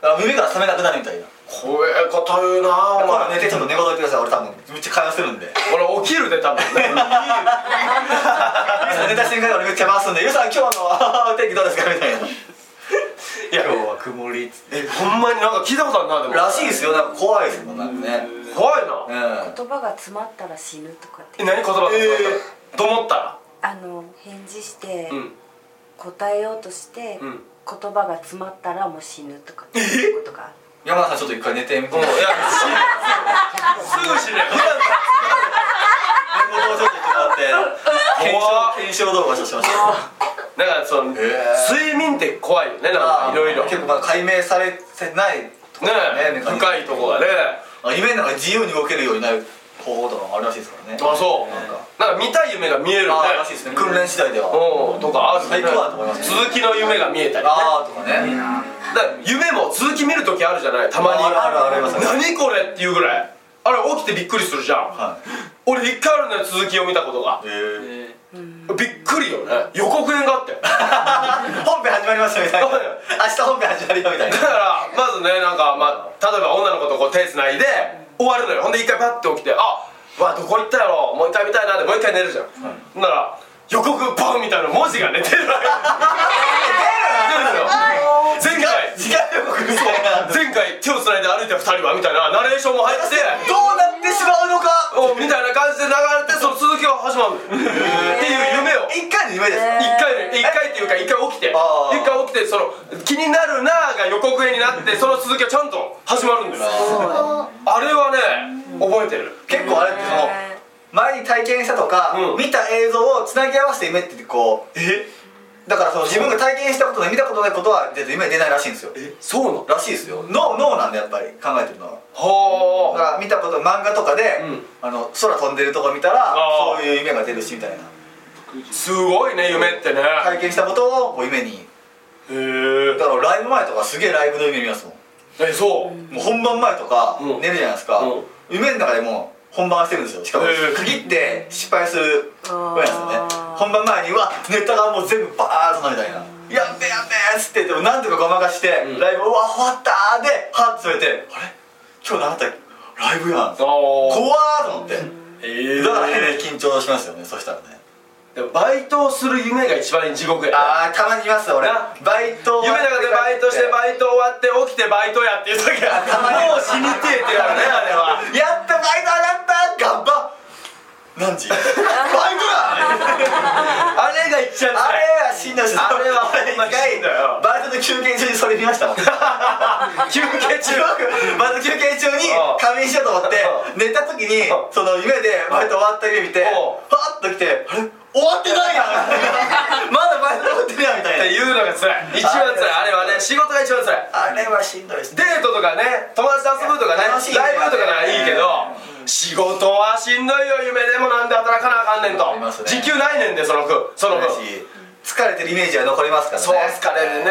S2: だから夢から覚めなくなるみたいな
S1: 怖えこと言うなお
S2: 今度
S1: 前
S2: 寝てちょっと寝言言ってください俺多分めっちゃ会話するん で
S1: 俺起きるで多分ね
S2: 寝た瞬間に俺めっちゃ回すんで「ゆうさん今日の お天気どうですか?」みたいな「
S1: や
S2: 今日は曇り」っつって
S1: ほんまになんか聞いたことあるなでも
S2: らしいですよなんか怖いですもんなんかね
S1: 怖いな
S2: うんあ
S6: 言葉が詰まったら死ぬとかって
S1: え何言葉だった、と思ったら
S6: あの返事して
S1: うん
S6: 答えようとして、
S1: うん
S6: 言葉が詰まったらもう死ぬとかっていうことが
S2: 山田さんちょっと一回寝てみて
S1: もういや死ぬすぐ死ぬよ
S2: 寝言をちょっと言ってもらって検証検証動画ちょっとしました
S1: だからその
S2: へー
S1: 睡眠って怖いよねなんかいろいろ
S2: 結構まだ解明されてないとこ
S1: ねえ
S2: ろだ
S1: 深いとこがね
S2: 夢の中で自由に動けるようになる方法とかもあるらしいですからね
S1: あそう
S2: なんか
S1: なんか見たい夢が見えるね
S2: ああらしいですね訓練次第では
S1: うんとかあるね
S2: 最高だと思いますね
S1: 続きの夢が見えたりね
S2: ああとかね
S1: だから夢も続き見るときあるじゃないたまに
S2: あるあるありますあります
S1: 何これっていうぐらいあれ起きてびっくりするじゃん、
S2: はい
S1: 俺一回あるんだよ続きを見たことが
S2: えー
S1: びっくりよね予告編があってだ
S2: 本編始まりましたみたいな
S1: そう
S2: 明
S1: だよ
S2: 日本編始まるよみたいな
S1: からまずねなんか、まあ、例えば女の子とこう手つないで終わるのよほんで一回パッて起きてあわどこ行ったやろもう一回見たいなってもう一回寝るじゃん、ほんなら予告パンみたいな文字がね出るわ け出るんですよ前回
S2: 時間予告みた いな
S1: 前回手をつないで歩いた2人はみたいなナレーションも入 って
S2: どうなってしまうのか
S1: おみたいな感じで流れて その続きが始まるのよっていう夢を
S2: 一回の夢ですか
S1: 一回で一回っていうか一回起きて
S2: あー
S1: 一回起きてその気になるなーが予告編になってその続きがちゃんと始まるんだよあれはね覚えてる
S2: 結構あれってその前に体験したとか、
S1: うん
S2: 見た映像をつなぎ合わせて夢ってこ
S1: え
S2: うだからその自分が体験したことで見たことないことは出て夢に出ないらしいんですよ
S1: えそうなの
S2: らしいですよ脳脳なんでやっぱり考えてるのはだ
S1: は
S2: から見たこと漫画とかで、
S1: うん
S2: あの空飛んでるとこ見たら
S1: あー
S2: そういう夢が出るしみたいな
S1: あすごいね夢ってね
S2: 体験したことをこう夢に
S1: へ
S2: だからライブ前とかすげえライブの夢見ますもん
S1: ええそう
S2: もう本番前とか
S1: うん
S2: 寝るじゃないですか、
S1: うん
S2: 夢の中でもう本番してるんですよしかも
S1: へえ
S2: 限って失敗する親ですよね
S6: あー
S2: 本番前にはネタがもう全部バーッとなみたいな「やっべやっべ」っつってでもなんとかごまかして、
S1: ん
S2: ライブうわ終わったーでハッと詰めて「あれ今日なかったライブやん」
S1: あ
S2: 怖
S1: あ
S2: ーと思って
S1: え
S2: だから変に緊張しますよねそしたらね
S1: でもバイトをする夢が一番地獄や
S2: ああたまにいます俺
S1: な
S2: バイト
S1: 夢の中でバイトしてバイト終わって起きてバイトやっていう時は
S2: たまに
S1: もう死にてえってやるねあれは
S2: やっとバイト上がった頑張っ何時バイトだ
S1: あれが一番
S2: あ
S1: 辛い
S2: れはしんどいし
S1: あれはほんまに
S2: 一
S1: し
S2: 回
S1: んどいよ
S2: バイトの休憩中にそれ見ました もん休憩中バイト休憩中に
S1: うん
S2: 仮眠しようと思って
S1: う
S2: 寝た時に
S1: うん
S2: その夢でバイト終わった夢見て
S1: うん
S2: ファッと来てあれ終わってないや んまだバイト終わってるやんみた
S1: って
S2: いな
S1: いうのが辛い一番辛いあれはね仕事が一番辛い
S2: あれはしんどいです
S1: デートとかね友達と遊ぶとかね
S2: 楽しいね
S1: ライブとかならいいけど仕事はしんどいよ夢でもなんで働かなあかんねんと
S2: ありますね
S1: 時給ないねんでその分その分
S2: 疲れてるイメージは残りますからね
S1: そう疲れるね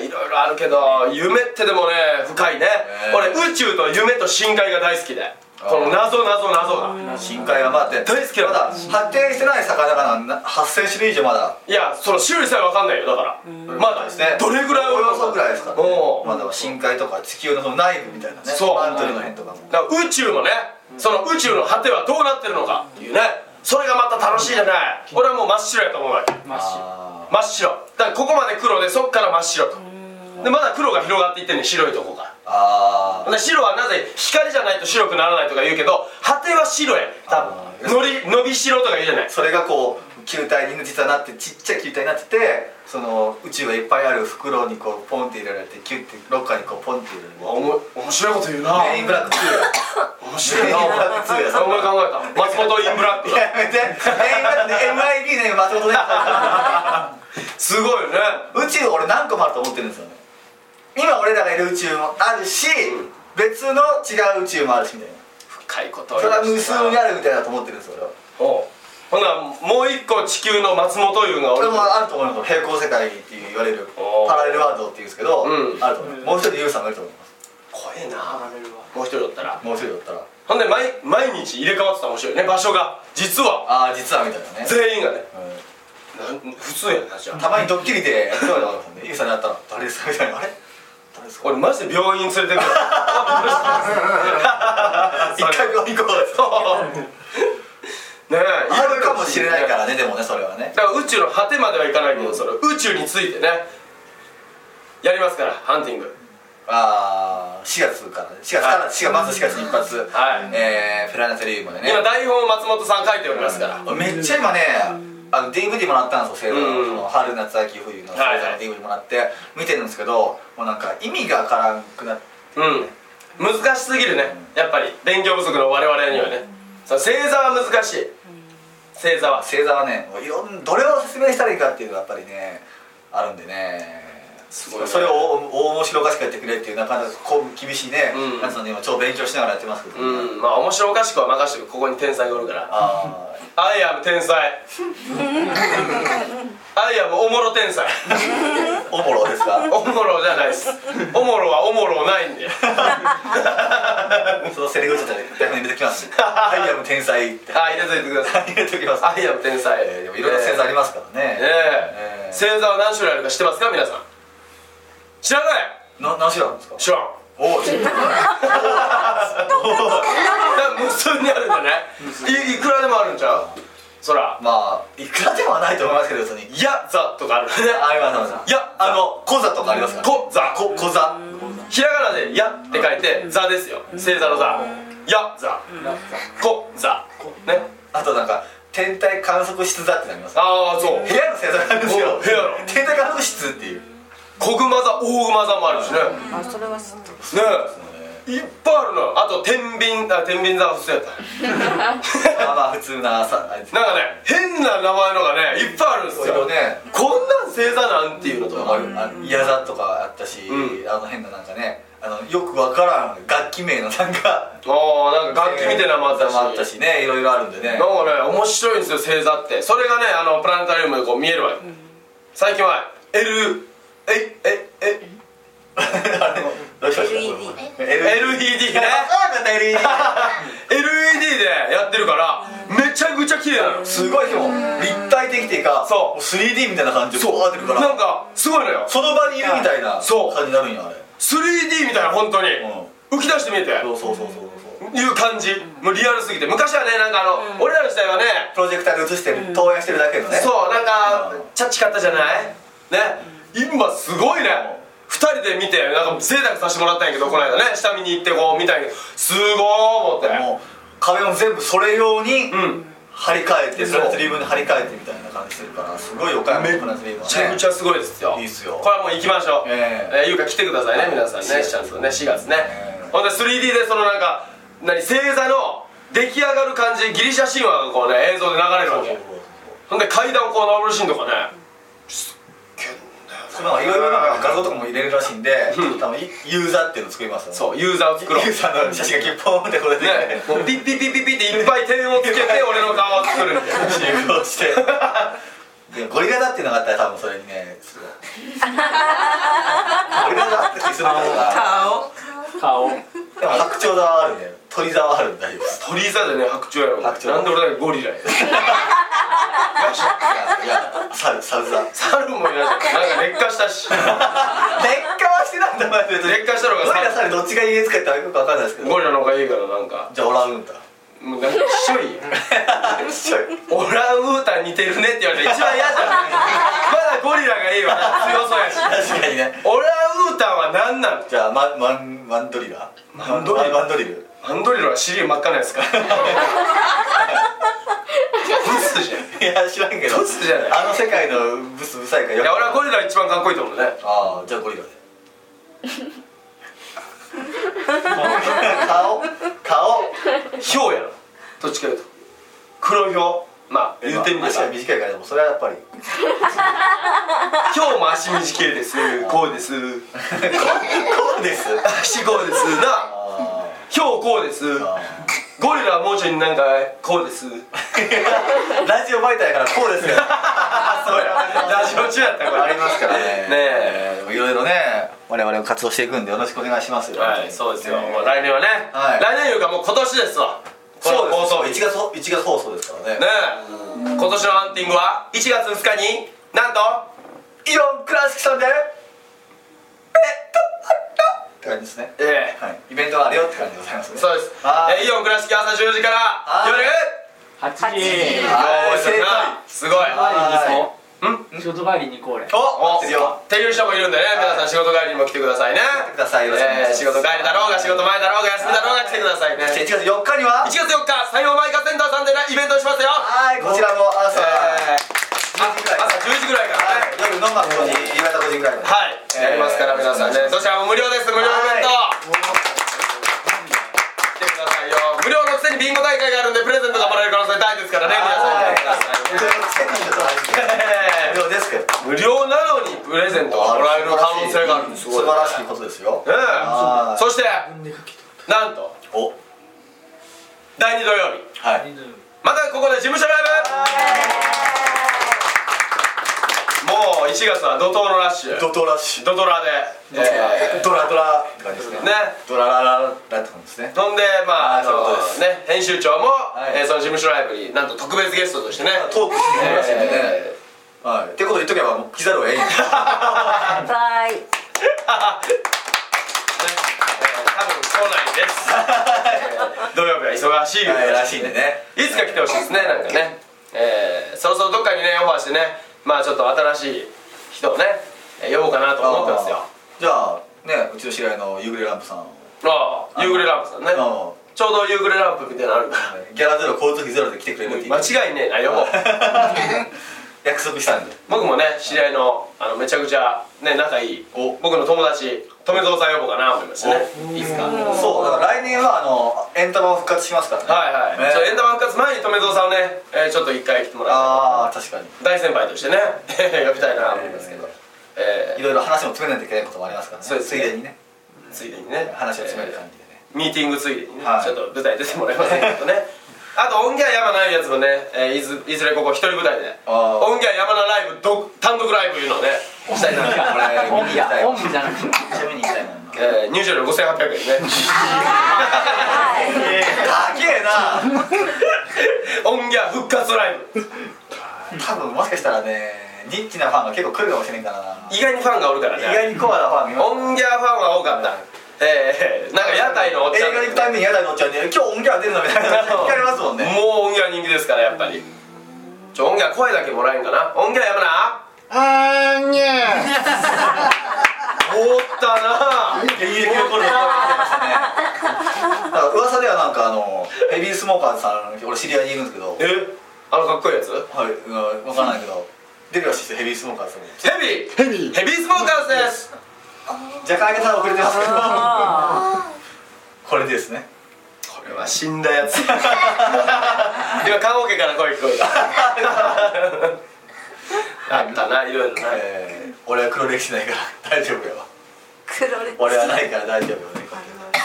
S1: いろいろあるけど夢ってでもね深いね
S2: え
S1: 俺宇宙と夢と深海が大好きでこの謎謎謎が
S2: 深海はまだって
S1: 大好きな
S2: ま
S1: の
S2: だ発展してない魚がなんな8000種類以上まだ
S1: いやその種類さえ分かんないよだからまだ
S2: ですね
S1: どれぐらい
S2: お
S1: 泳
S2: よ
S1: ぐ
S2: そぐらいですからね
S1: おう
S2: まだ深海とか地球のその内部みたいなね
S1: そう
S2: マントルの辺とかも
S1: だから宇宙のねその宇宙の果てはどうなってるのかっていうねそれがまた楽しいじゃない俺はもう真っ白やと思うわけ
S5: マッシュ
S2: あ
S1: 真っ白だからここまで黒でそっから真っ白とでまだ黒が広がっていってんねん白いとこか
S2: ーあ
S1: らで白はなぜ光じゃないと白くならないとか言うけど果ては白や
S2: あ
S1: 多分のり伸びしろとか言うじゃない
S2: ーそれがこう球体に実はなってちっちゃい球体になっててその宇宙がいっぱいある袋にこうポンって入れられてキュッてロッカーにこうポンって入れられて
S1: おも面白いこと言うな
S2: メインブラック2や
S1: 面白いなお
S2: メインブ
S1: 前
S2: ラック ツーや
S1: お前考えた松本インブラックだ
S2: やめてメインブラックで MIB の松本です
S1: すごいよね
S2: 宇宙俺何個もあると思ってるんですよね今俺らがいる宇宙もあるし、別の違う宇宙もあるしみたいな
S1: 深いことを
S2: それ
S1: 言いま
S2: は無
S1: したな
S2: 数にあるみたいだと思ってるんですよ俺は
S1: おうほなもう一個地球の松本優がお
S2: これ
S1: る
S2: もあると思います平行世界っていう言われる
S1: おー
S2: パラレルワールドっていうんですけ
S1: う
S2: ど、
S1: ん
S2: あると思いますもう一人ユウさんがいると思います
S1: 怖えなもう一人おったら
S2: もう一人だったら
S1: ほんで毎毎日入れ替わってたら面白いね場所が実は
S2: ああ実はみたいなね、
S1: 全員がね
S2: う
S1: なん普通やなじゃ
S2: ん
S1: あ
S2: たまにドッキリでそうだったんでユウさんに会ったら「誰ですか?」みたいな「あれ誰ですか?」
S1: 俺マジで病院連れてくる
S2: 一回病院行こうです
S1: ねえ
S2: あるかもしれないからねでもねそれはね
S1: だから宇宙の果てまではいかないけど、それ宇宙についてねやりますからハンティング
S2: ああ4月からね4月から、4月まず4月に一発、
S1: はい
S2: えー、フェラーナテリウムでね
S1: 今台本を松本さん書いておりますから
S2: めっちゃ今ねあの DVD もらったんですよ生徒の
S1: うん
S2: その春夏秋冬のそれぞれの DVD もらって見てるんですけどもうなんか意味がわからんくなって
S1: うん難しすぎるねやっぱり勉強不足の我々にはねそう星座は難しい星座は
S2: 星座はねもういろんどれを説明したらいいかっていうのがやっぱりねあるんでね
S1: すごいね
S2: それを大大面白おかしくやってくれっていうなかなかこう厳しいね、
S1: うん
S2: なんつうの今超勉強しながらやってますけど、
S1: うんまあ面白おかしくは任せてくここに天才がおるから
S2: あー
S1: アイアム天才 アイアムおもろ天才
S2: おもろですか
S1: おもろじゃないですおもろはおもろないんで
S2: そのセリフちょっとね台本に入れてき ますねアイアム天才って
S1: あ入れといてください
S2: 入れておきます
S1: アイアム天才
S2: えーでもいろんな星座ありますからね
S1: ねえ
S2: え
S1: 星座は何種類あるか知ってますか皆さん知らない
S2: な何種類あるんですか
S1: 知らん
S2: おお
S1: だから無数にあるんだねいいくらでもあるんちゃうそら
S2: まあいくらでもはないと思いますけど別に
S1: 「や」「座とかあるね
S2: あありますあります
S1: いや
S2: あの「小座」とかありますから
S1: こ座
S2: こ小座
S1: ひらがなで「や」って書いて「座」ですよ星座の「座」「や」「座」「こ」「座」ね
S2: あとなんか天体観測室座ってなります
S1: ああそう
S2: 部屋の星座なんですよ
S1: お部屋の
S2: 天体観測室っていう
S1: 小熊座大熊座もあるしね
S6: あそれは知ってる
S1: ねえいっぱいあるのあと天秤あ天秤座は普通やった
S2: まあまあ普通なさあれです
S1: なんかね変な名前のがねいっぱいあるんです
S2: これも
S1: よ
S2: ね
S1: こんなん星座なんていうのとかもあ
S2: あ
S1: る
S2: るある矢座とかあったし、
S1: う
S2: あの変ななんかねあのよくわからん楽器名のなんか
S1: ああなんか楽器みたいなのもあったし
S2: あったしねいろいろあるんでね
S1: なんかね面白いんですよ星座ってそれがねあのプラネタリウムでこう見えるわよ、最近は L えええ
S2: どうしました
S6: LED
S1: LED ね
S2: LED
S1: LED でやってるからめちゃくちゃ綺麗なの
S2: すごいでも立体的っていうか
S1: そう
S2: も 3D みたいな感じでこうなってくるから
S1: なんかすごいのよ
S2: その場にいるみたいな
S1: そう
S2: 感じになるんやあれ
S1: 3D みたいな本当に、浮き出して見えて
S2: そうそうそうそうそう
S1: いう感じもうリアルすぎて昔はねなんかあの、俺らの時代はね
S2: プロジェクターで映してる、投影してるだけのね
S1: そうなんか
S2: うん
S1: チャッチ買ったじゃないね今すごいね2人で見てなんか贅沢させてもらったんやけどこの間ね下見に行ってこう見たんやけどすごー思っ
S2: もう壁も全部それ用に
S1: てうん
S2: 張り替えて
S1: そう
S2: それをスリーブで張り替えてみたいな感じするからすごい岡山のこのスリーブは
S1: めちゃ
S2: ね
S1: くちゃすごいですよ
S2: いいっすよ
S1: これはもう行きましょう
S2: え
S1: えーゆうか来てくださいね皆さんねしちゃんとね4月ね
S2: ええ
S1: ほんで 3D でそのなんか何星座の出来上がる感じギリシャ神話がこうね映像で流れるわけほんで階段をこう登るシーンとかね
S2: それはいろいろなんか画像とかも入れるらしいんで多分ユーザーっていうのを作りますよ
S1: そうユーザーを作ろう
S2: ユーザーの写真がキッポーンってこれで
S1: ね、もうピッピッピッピッピッっていっぱい点をつけて俺の顔を作る
S2: 集合してでゴリラだっていうのがあったら多分それにねすごいゴリラだって気するから
S5: 顔
S2: でも白鳥座はあるんだよ鳥座はあるんだよ
S1: 鳥座でね白鳥やろ
S2: 白鳥
S1: なんで俺だけゴリラや
S2: いや猿猿座劣
S1: 猿もいらっしゃるなんか劣化したし
S2: 化はしてないんだ前で
S1: 劣化したのが
S2: ゴリラ
S1: 猿
S2: 猿どっちが家使ったらよくわかんないですけど
S1: ゴリラの方がいいからなんか
S2: じゃあオランウータン
S1: もうなんか一緒い
S2: ちょい
S1: オランウータン似てるねって言われて一番嫌じゃんまだゴリラがいいわな強そうやし
S2: 確かにね
S1: オランウータンは何なの
S2: じゃあマンマンマンドリラマ
S1: ンドリル
S2: マンドリル
S1: アンドリルは尻真っ赤なやつかブスじゃんい
S2: いや知らんけど
S1: ブスじゃない
S2: あの世界のブスブサいからよく
S1: や俺はゴリラ一番かっこいいと思うね
S2: ああじゃあゴリラで顔顔
S1: ヒョウやろどっちかいうと黒ヒョウまあ言ってみれば
S2: 足が短いからでもそれはやっぱり
S1: 今日も足短いですこうです
S2: こうです
S1: 足こうですな
S2: あ
S1: 今日こうです
S2: あ
S1: ゴリラはもうちょいなんかこう です
S2: ラジオ媒体やからこうです よそれ
S1: ラジオ中やったこ
S2: あり
S1: れ
S2: ますからね
S1: ね
S2: えでもいろいろね我々も活動していくんでよろしくお願いしますよ
S1: はいそうですよ、
S2: ね
S1: もう来年はね、
S2: はい
S1: 来年いうかもう今年ですわ
S2: そう
S1: この放送
S2: です
S1: 日
S2: 1月ほ一月放送ですからね
S1: ねえ今年のハンティングは1月2日になんと
S2: イオンクラシックさんでベッドハットって感じですね
S1: ええ
S2: はいイベントがあるよって感じでございますね
S1: そうです、
S2: は
S1: え
S2: い
S1: ーイオン倉敷朝10時から
S2: はい
S1: 夜
S5: 八
S6: 八時
S2: はい
S1: よーし
S2: 正解
S1: なすごい
S2: は
S5: ん仕事帰りに行こう俺
S2: お
S1: お
S2: 待ってるよ
S1: っていう人もいるんでね、皆さん仕事帰りにも来てくださいね
S2: 来てくださいよろしくお願いします
S1: えー仕事帰りだろうが仕事前だろうが休みだろうが来てくださいね
S2: そして
S1: 1
S2: 1月4日には
S1: 月4日採用マイカセンターさんでイベントをしますよ
S2: はいこちらも朝
S1: えー
S2: 10時ぐらい
S1: 朝10時ぐらいから
S2: は
S1: ね
S2: い夜のまあ5時夕方5時ぐらいまで
S1: はい、
S2: えー
S1: やりますから皆さんねどちらも無料です無料イベント、来てくださいよ無料のくせにビンゴ大会があるんでプレゼントがもらえる可能性大ですからね皆さん来てください
S2: 無料
S1: え
S2: ですけど
S1: ー無料なのにプレゼントがもらえる可能性があるんです
S2: 素晴らしい
S1: ね
S2: ことですよ
S1: え
S2: は
S1: そしてなんと
S2: いお
S1: 第2土曜日
S2: はい
S1: またここで事務所ライブもう1月は怒涛のラッシュ
S2: ドトラッシュ
S1: ドドラで、えー
S2: ドラドラって感じですね
S1: ね
S2: ドララララって感じですね
S1: ほんでまあ
S2: はい
S1: その
S2: そうです
S1: ね編集長も、
S2: い
S1: えーその事務所ライブになんと特別ゲストとしてね
S2: トークしてみましたよね
S1: え
S2: はいってことを言っとけばもう来ざるを得ん
S6: バイ バイ
S1: ー多分来ないですえー土曜日は忙しいよ、
S2: はいらし
S1: い
S2: いんでね
S1: つか来てほしいですねなんかね、えー、そろそろどっかにねオファーしてねまあちょっと新しい人をねえー呼ぼうかなと思ってますよ
S2: じゃあねうちの知り合いの夕暮れランプさん
S1: ああ夕
S2: の
S1: 暮れランプさんね
S2: の
S1: ちょうど夕暮れランプみたいなのあるから
S2: ギャラゼロ交通費ゼロで来てくれるって言
S1: 間
S2: って
S1: 違いねえな呼ぼう
S2: 約束したんで
S1: 僕もね知り合いのあのめちゃくちゃね仲いい
S2: お
S1: 僕の友達留蔵さん呼ぼうかな思いましたねいいっすかはい
S2: そうだから来年はあのエンタマを復活しますからね
S1: はい、
S2: ね
S1: ちょエンタマ復活前に留蔵さんをね、えーちょっと一回来てもらっ
S2: ああ確かに
S1: て大先輩としてね 呼びたいな思いますけど、え
S2: いろいろ話も詰めないといけないこともありますからね
S1: そうですね
S2: ついでにね
S1: ーついでにね
S2: 話を詰める感じでね、
S1: ミーティングついでにね、
S2: はい
S1: ちょっと舞台出てもらえませんけど ねあと音源は山ないやつもね、えーいずいずれここ一人舞台で
S2: あー
S1: 音源は山のライブど単独ライブいうのをねしたいな と、
S2: これ見
S5: 本
S2: に
S5: 部
S2: 行き
S5: や
S2: たいわ
S5: 本部じゃな くて
S2: 一緒に見に行きたいもんな
S1: えー入場料5800円ね
S2: 高えな
S1: 音源復活ライブ
S2: 多分もしかしたらねニッチなファンが結構来るかもしれんからな
S1: 意外にファンがおるからね
S2: 意外にコアなファンが
S1: 音源ファンは多かった、
S2: ええ
S1: なんか屋台のおっちゃん
S2: 映画に行くために屋台のおっちゃんに今日音源は出るのみたいな聞かれますもん ね
S1: もう音源は人気ですからやっぱりちょ音源は声だけもらえんかな音源やめな
S7: あーにゃ
S1: おったな
S2: 現役の頃の声が出てましたねなんか噂ではなんかあのヘビースモーカーさん俺知り合いにいるんですけど
S1: えあのかっこいいやつ
S2: はい、うん、分からないけどデビューはしてヘビースモーカーさ
S1: ヘ
S2: ん
S1: ビーヘビーヘビースモーカーズです
S2: 若干上げたら遅れてますけどこれですね
S1: これは死んだやつ 今看護家から声聞こえた あったないろいろな
S2: えー、俺は黒歴史ないから大丈夫やわ
S6: 黒歴
S2: 俺はないから大丈夫よね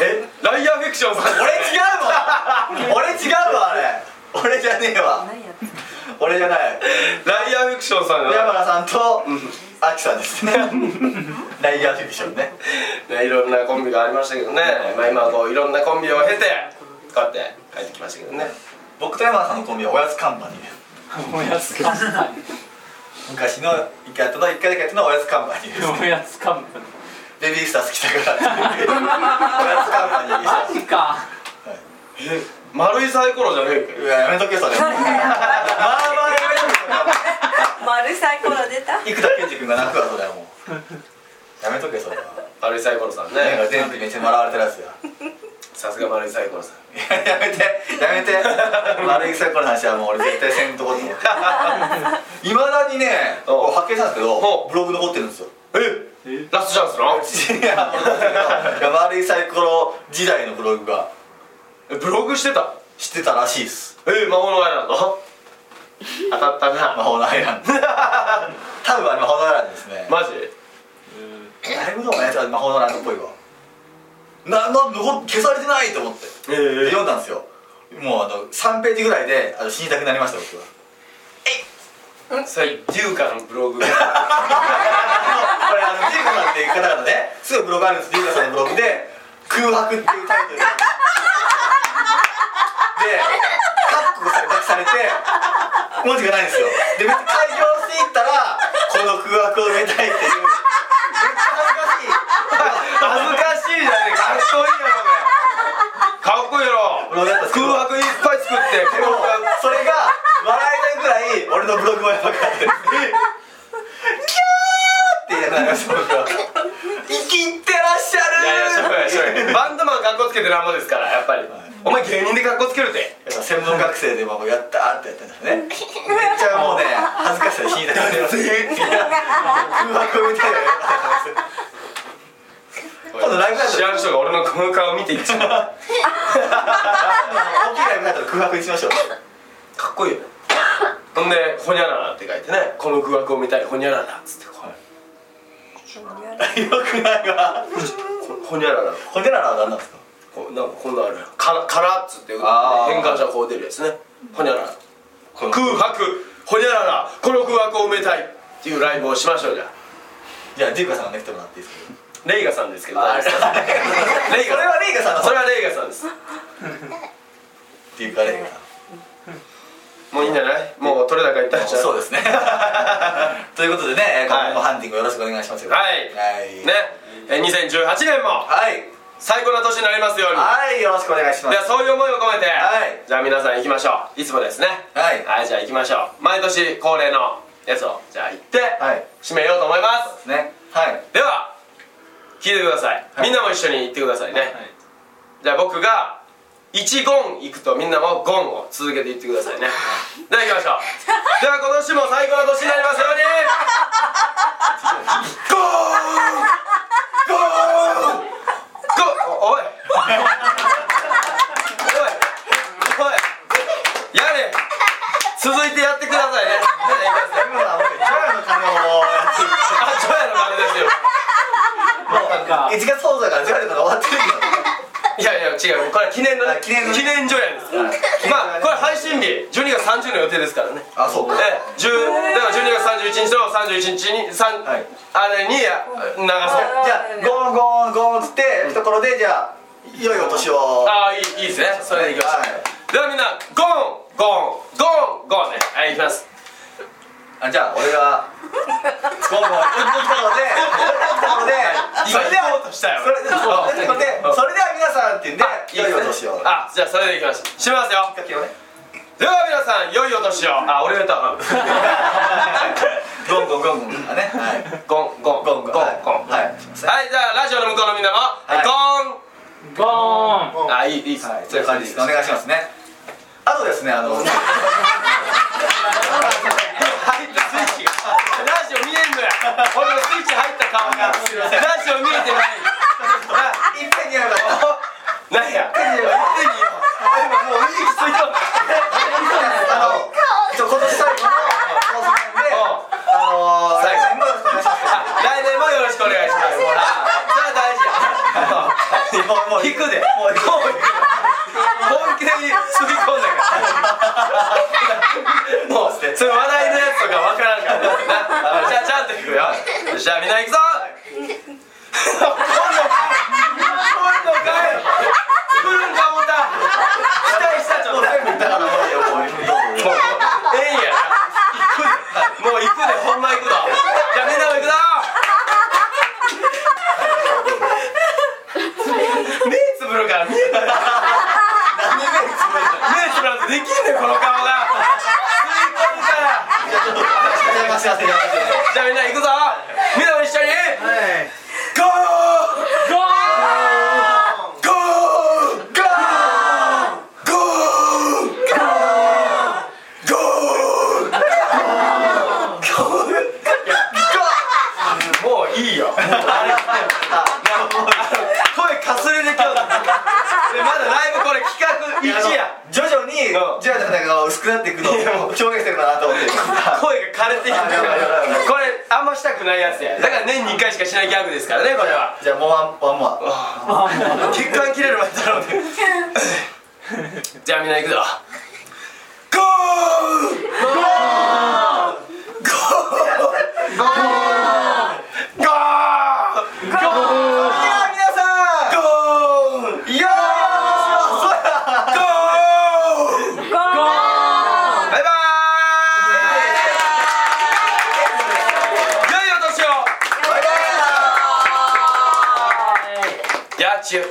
S2: え
S1: ライアーフィクションさん
S2: 俺違うわ俺違うわあれ俺じゃねえわ
S6: 何やって
S2: 俺じゃない
S1: ライアーフィクションさん
S2: 山
S1: が
S2: 田さんとアキさんですねライアーフィクションね
S1: ね、いろんなコンビがありましたけどね、まあ、今はこういろんなコンビを経てこうやって帰ってきましたけどね
S2: 僕と山田さんのコンビはおやつカンパニー
S5: おやつカンパニ
S2: 昔の一回やったの一回だけやったのはおやつカンパニーです
S5: ーおやつカンパニ
S2: ベビースター好きだからっていうおやつカンパニー
S5: ー
S2: でした
S5: マジか
S1: 丸いサイコロじゃね
S2: いややめとけそれまあまあやめとけそれ
S6: 丸サイコロ出 た
S2: 生田健二君が泣くわそれはもうやめとけそれは
S1: えか丸いサイコロさんね
S2: なんか全部めっちゃ笑われてるやつや
S1: さすが丸いサイコロさん
S2: いややめてやめて悪い草この話はもう俺絶対せんとこっていまだにね
S1: おう
S2: こう発見したんですけど
S1: おう
S2: ブログ残ってるんですよ
S1: えラストチャンスの
S2: いや俺残ってるけどいや悪いサイコロ時代のブログが
S1: えブログしてた
S2: 知ってたらしいです
S1: え魔物アイランド当たった
S2: 魔
S1: な
S2: 法のアイランド多分あれ魔法のアイランドですね
S1: マジ
S2: ライブ動画のやつは魔法のアイランドっぽいわななん残消されてないと思って
S1: え
S2: で
S1: え
S2: 読んだんですよもうあの3ページぐらいであの死にたくなりました僕は
S1: それ牛かのブログ
S2: これあのジーコさんっていう方々ねすぐブログあるんですジーコさんのブログで「空白」っていうタイトルでカッコされされて文字がないんですよで別に開業していったらこの空白を埋めたいっていうめっちゃ恥ずかしい恥ずかしいじゃねえかっこ
S1: かっこい
S2: いいよ
S1: いやろ
S2: これ俺だったんですけ
S1: 空
S2: ど
S1: 白いっぱい作って
S2: でもそれが笑えないぐらい俺のブログはやばかったですキャーって言いながらその生きてらっし
S1: いやいやしょ
S2: ゃ
S1: うが
S2: る
S1: ないしょうがないバンドマンかっこつけてなんぼですからやっぱりお前芸人でかっこつけるって
S2: やっぱ専門学生でもやったーってやってんですねめっちゃもうね恥ずかしさで引いたくなります空白みたいなのやってます今度ライブだと
S1: 知らん人が俺のこの顔見ていっちゃう
S2: 大きいライブだったら空白にしましょう
S1: かっこいいよねほんで「ほにゃらら」って書いてね「この空白を見たいほにゃらら」っつってこ
S2: よくない
S1: う
S2: わ
S1: ほにゃらら
S2: ほでららは何なんですか
S1: こうなんかこんなのあるやん「から」からっつって変
S2: あー
S1: 換したらこう出るやつねほにゃらら
S2: この
S1: 空白ほにゃららこの空白を埋めたいっていうライブをしましょうじゃあ
S2: じゃあジーカさんがね来てもらっていいですか
S1: レイガさんですけど
S2: あ
S1: レイガさんそ
S2: レイガそれはレイガさんの
S1: れはレイガさんです
S2: っていうかレイガさん
S1: もういいんじゃないもう取れ高いったんちゃう
S2: そう ですねということでね今後もハンティングよろしくお願いしますよ
S1: はい
S2: はい
S1: ねえ2018年も
S2: はい
S1: 最高な年になりますように
S2: はいよろしくお願いしま
S1: ですはそういう思いを込めて、
S2: はい
S1: じゃあ皆さん行きましょういつもですね
S2: はい
S1: じゃあ行きましょう毎年恒例のやつをじゃあ行って、
S2: はい
S1: 締めようと思います
S2: ねはい
S1: では聞いてください、みんなも一緒に行ってくださいね、じゃあ僕が一ゴン行くとみんなもゴンを続けて言ってくださいねでは行きましょうでは今年も最高の年になりますようにゴーンゴーンゴーンゴーンおおいおいおいやれ続いてやってくださいね では行きますよ
S2: 今のはもうジョヤの鐘を
S1: あジョヤの鐘ですよ
S2: もう1月放送だからジョヤの鐘終わってる
S1: いやいや違うこれは記念のね
S2: あ記念のね
S1: 所やですから
S2: けど
S1: まあこれ配信日12月30の予定ですからね
S2: あそう
S1: え
S2: か
S1: え10だから12月31日と31日に三
S2: はい
S1: あれにや流そう
S2: じゃあゴーンゴーンゴーンっつって懐でじゃあ良いお年を
S1: ああいいいいですねそれでいきましょう、
S2: はい
S1: ではみんなゴーンゴーンゴーンゴーンねはいいきます
S2: あじゃあ俺がゴーゴー行くところで行くところで
S1: 今
S2: それでは
S1: 行こうとしたよ
S2: それではそれではそれでは皆さんって言うんで
S1: あ
S2: 良いお年を
S1: あじゃあそれでいきましょう締めますよ
S2: きっかけをね
S1: では皆さん良いお年をあ俺が歌う
S2: ゴンゴンゴンゴンとかねはい
S1: ゴンゴン
S2: ゴンゴン
S1: ゴン
S2: はい
S1: ゴン
S2: はい
S1: はいじゃあラジオの向こうのみんなも、
S2: い
S1: ゴ
S5: ゴーン
S1: ンあいいいいっす、
S2: はいそういう感じですお願いしますねあとですねあのはい
S1: 入ったスイッチがラジオ見えんのや俺のスイッチ入った顔がラジオ見えてない
S2: いっぺんにやるから
S1: なんや手によ今もういいついたんだ
S2: あのちょ今年最後の放送なんであの最後にもよろしくお願いします
S1: 来年もよろしくお願いしますほらそれは大事や
S2: もう
S1: 引くでもう引く本気で吸い込んだからもうそれ笑いのやつとか分からんからなじゃあちゃんと引くよよっしゃみんな行くぞ今度今度かい来るんか思った期待したちょっともうええんやな行くでもう行くでほんま行くぞじゃあみんなも行くぞ目つぶるから見えない目つぶらずできんねんこの顔が吸い込むからじゃあみんな行くぞみんなも一緒にゴーゴーゴーゴーゴーゴーゴーゴーゴーゴーゴーゴーもういいよ声かすれで今日だでまだライブこれ企画1や
S2: 徐々に
S1: うん
S2: 徐々になんか薄くなっていくのを表現してるかなと思って
S1: 声が枯れてきてるこれあんましたくないやつやだから年に1回しかしないギャグですからねこれは
S2: じゃあもうワンワンモア
S1: 血管切れるまでだろうねじゃあみんな行くぞゴーゴーゴーゴーゴーゴー
S2: いや皆さん
S1: ゴー
S2: いやー
S1: ゴーバイバーイ良いお年を
S2: バイ
S1: やっちゅう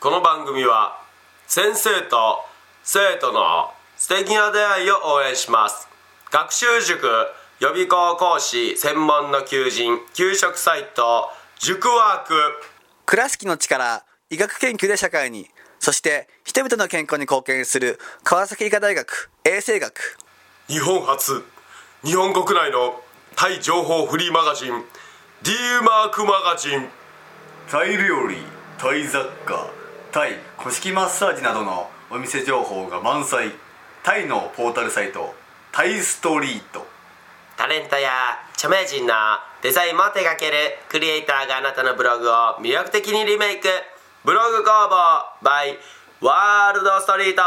S1: この番組は先生と生徒の素敵な出会いを応援します学習塾予備校講師専門の求人給食サイト塾ワーク
S8: 倉敷の力医学研究で社会にそして人々の健康に貢献する川崎医科大学衛生学
S1: 日本初日本国内のタイ情報フリーマガジン D マークマガジン
S4: タイ料理タイ雑貨タイ古式マッサージなどのお店情報が満載タイのポータルサイトタイストリート
S1: タレントや著名人のデザインも手掛けるクリエイターがあなたのブログを魅力的にリメイクブログ工房 by ワールドストリート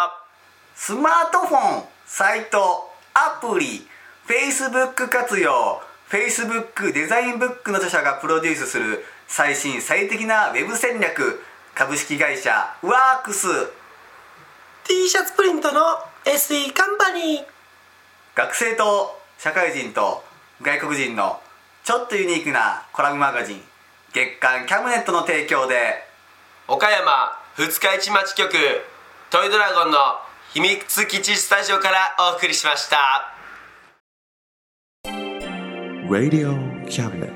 S4: スマートフォンサイトアプリ Facebook 活用 Facebook デザインブックの著者がプロデュースする最新最適なウェブ戦略株式会社ワークス
S1: T シャツプリントの SE カンパニー
S4: 学生と社会人と外国人のちょっとユニークなコラムマガジン月刊キャムネットの提供で
S1: 岡山二日市町局トイドラゴンの秘密基地スタジオからお送りしました。
S9: Radio Cabinet.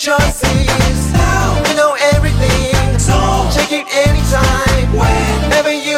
S3: Choices. We know everything. So check it anytime. Whenever you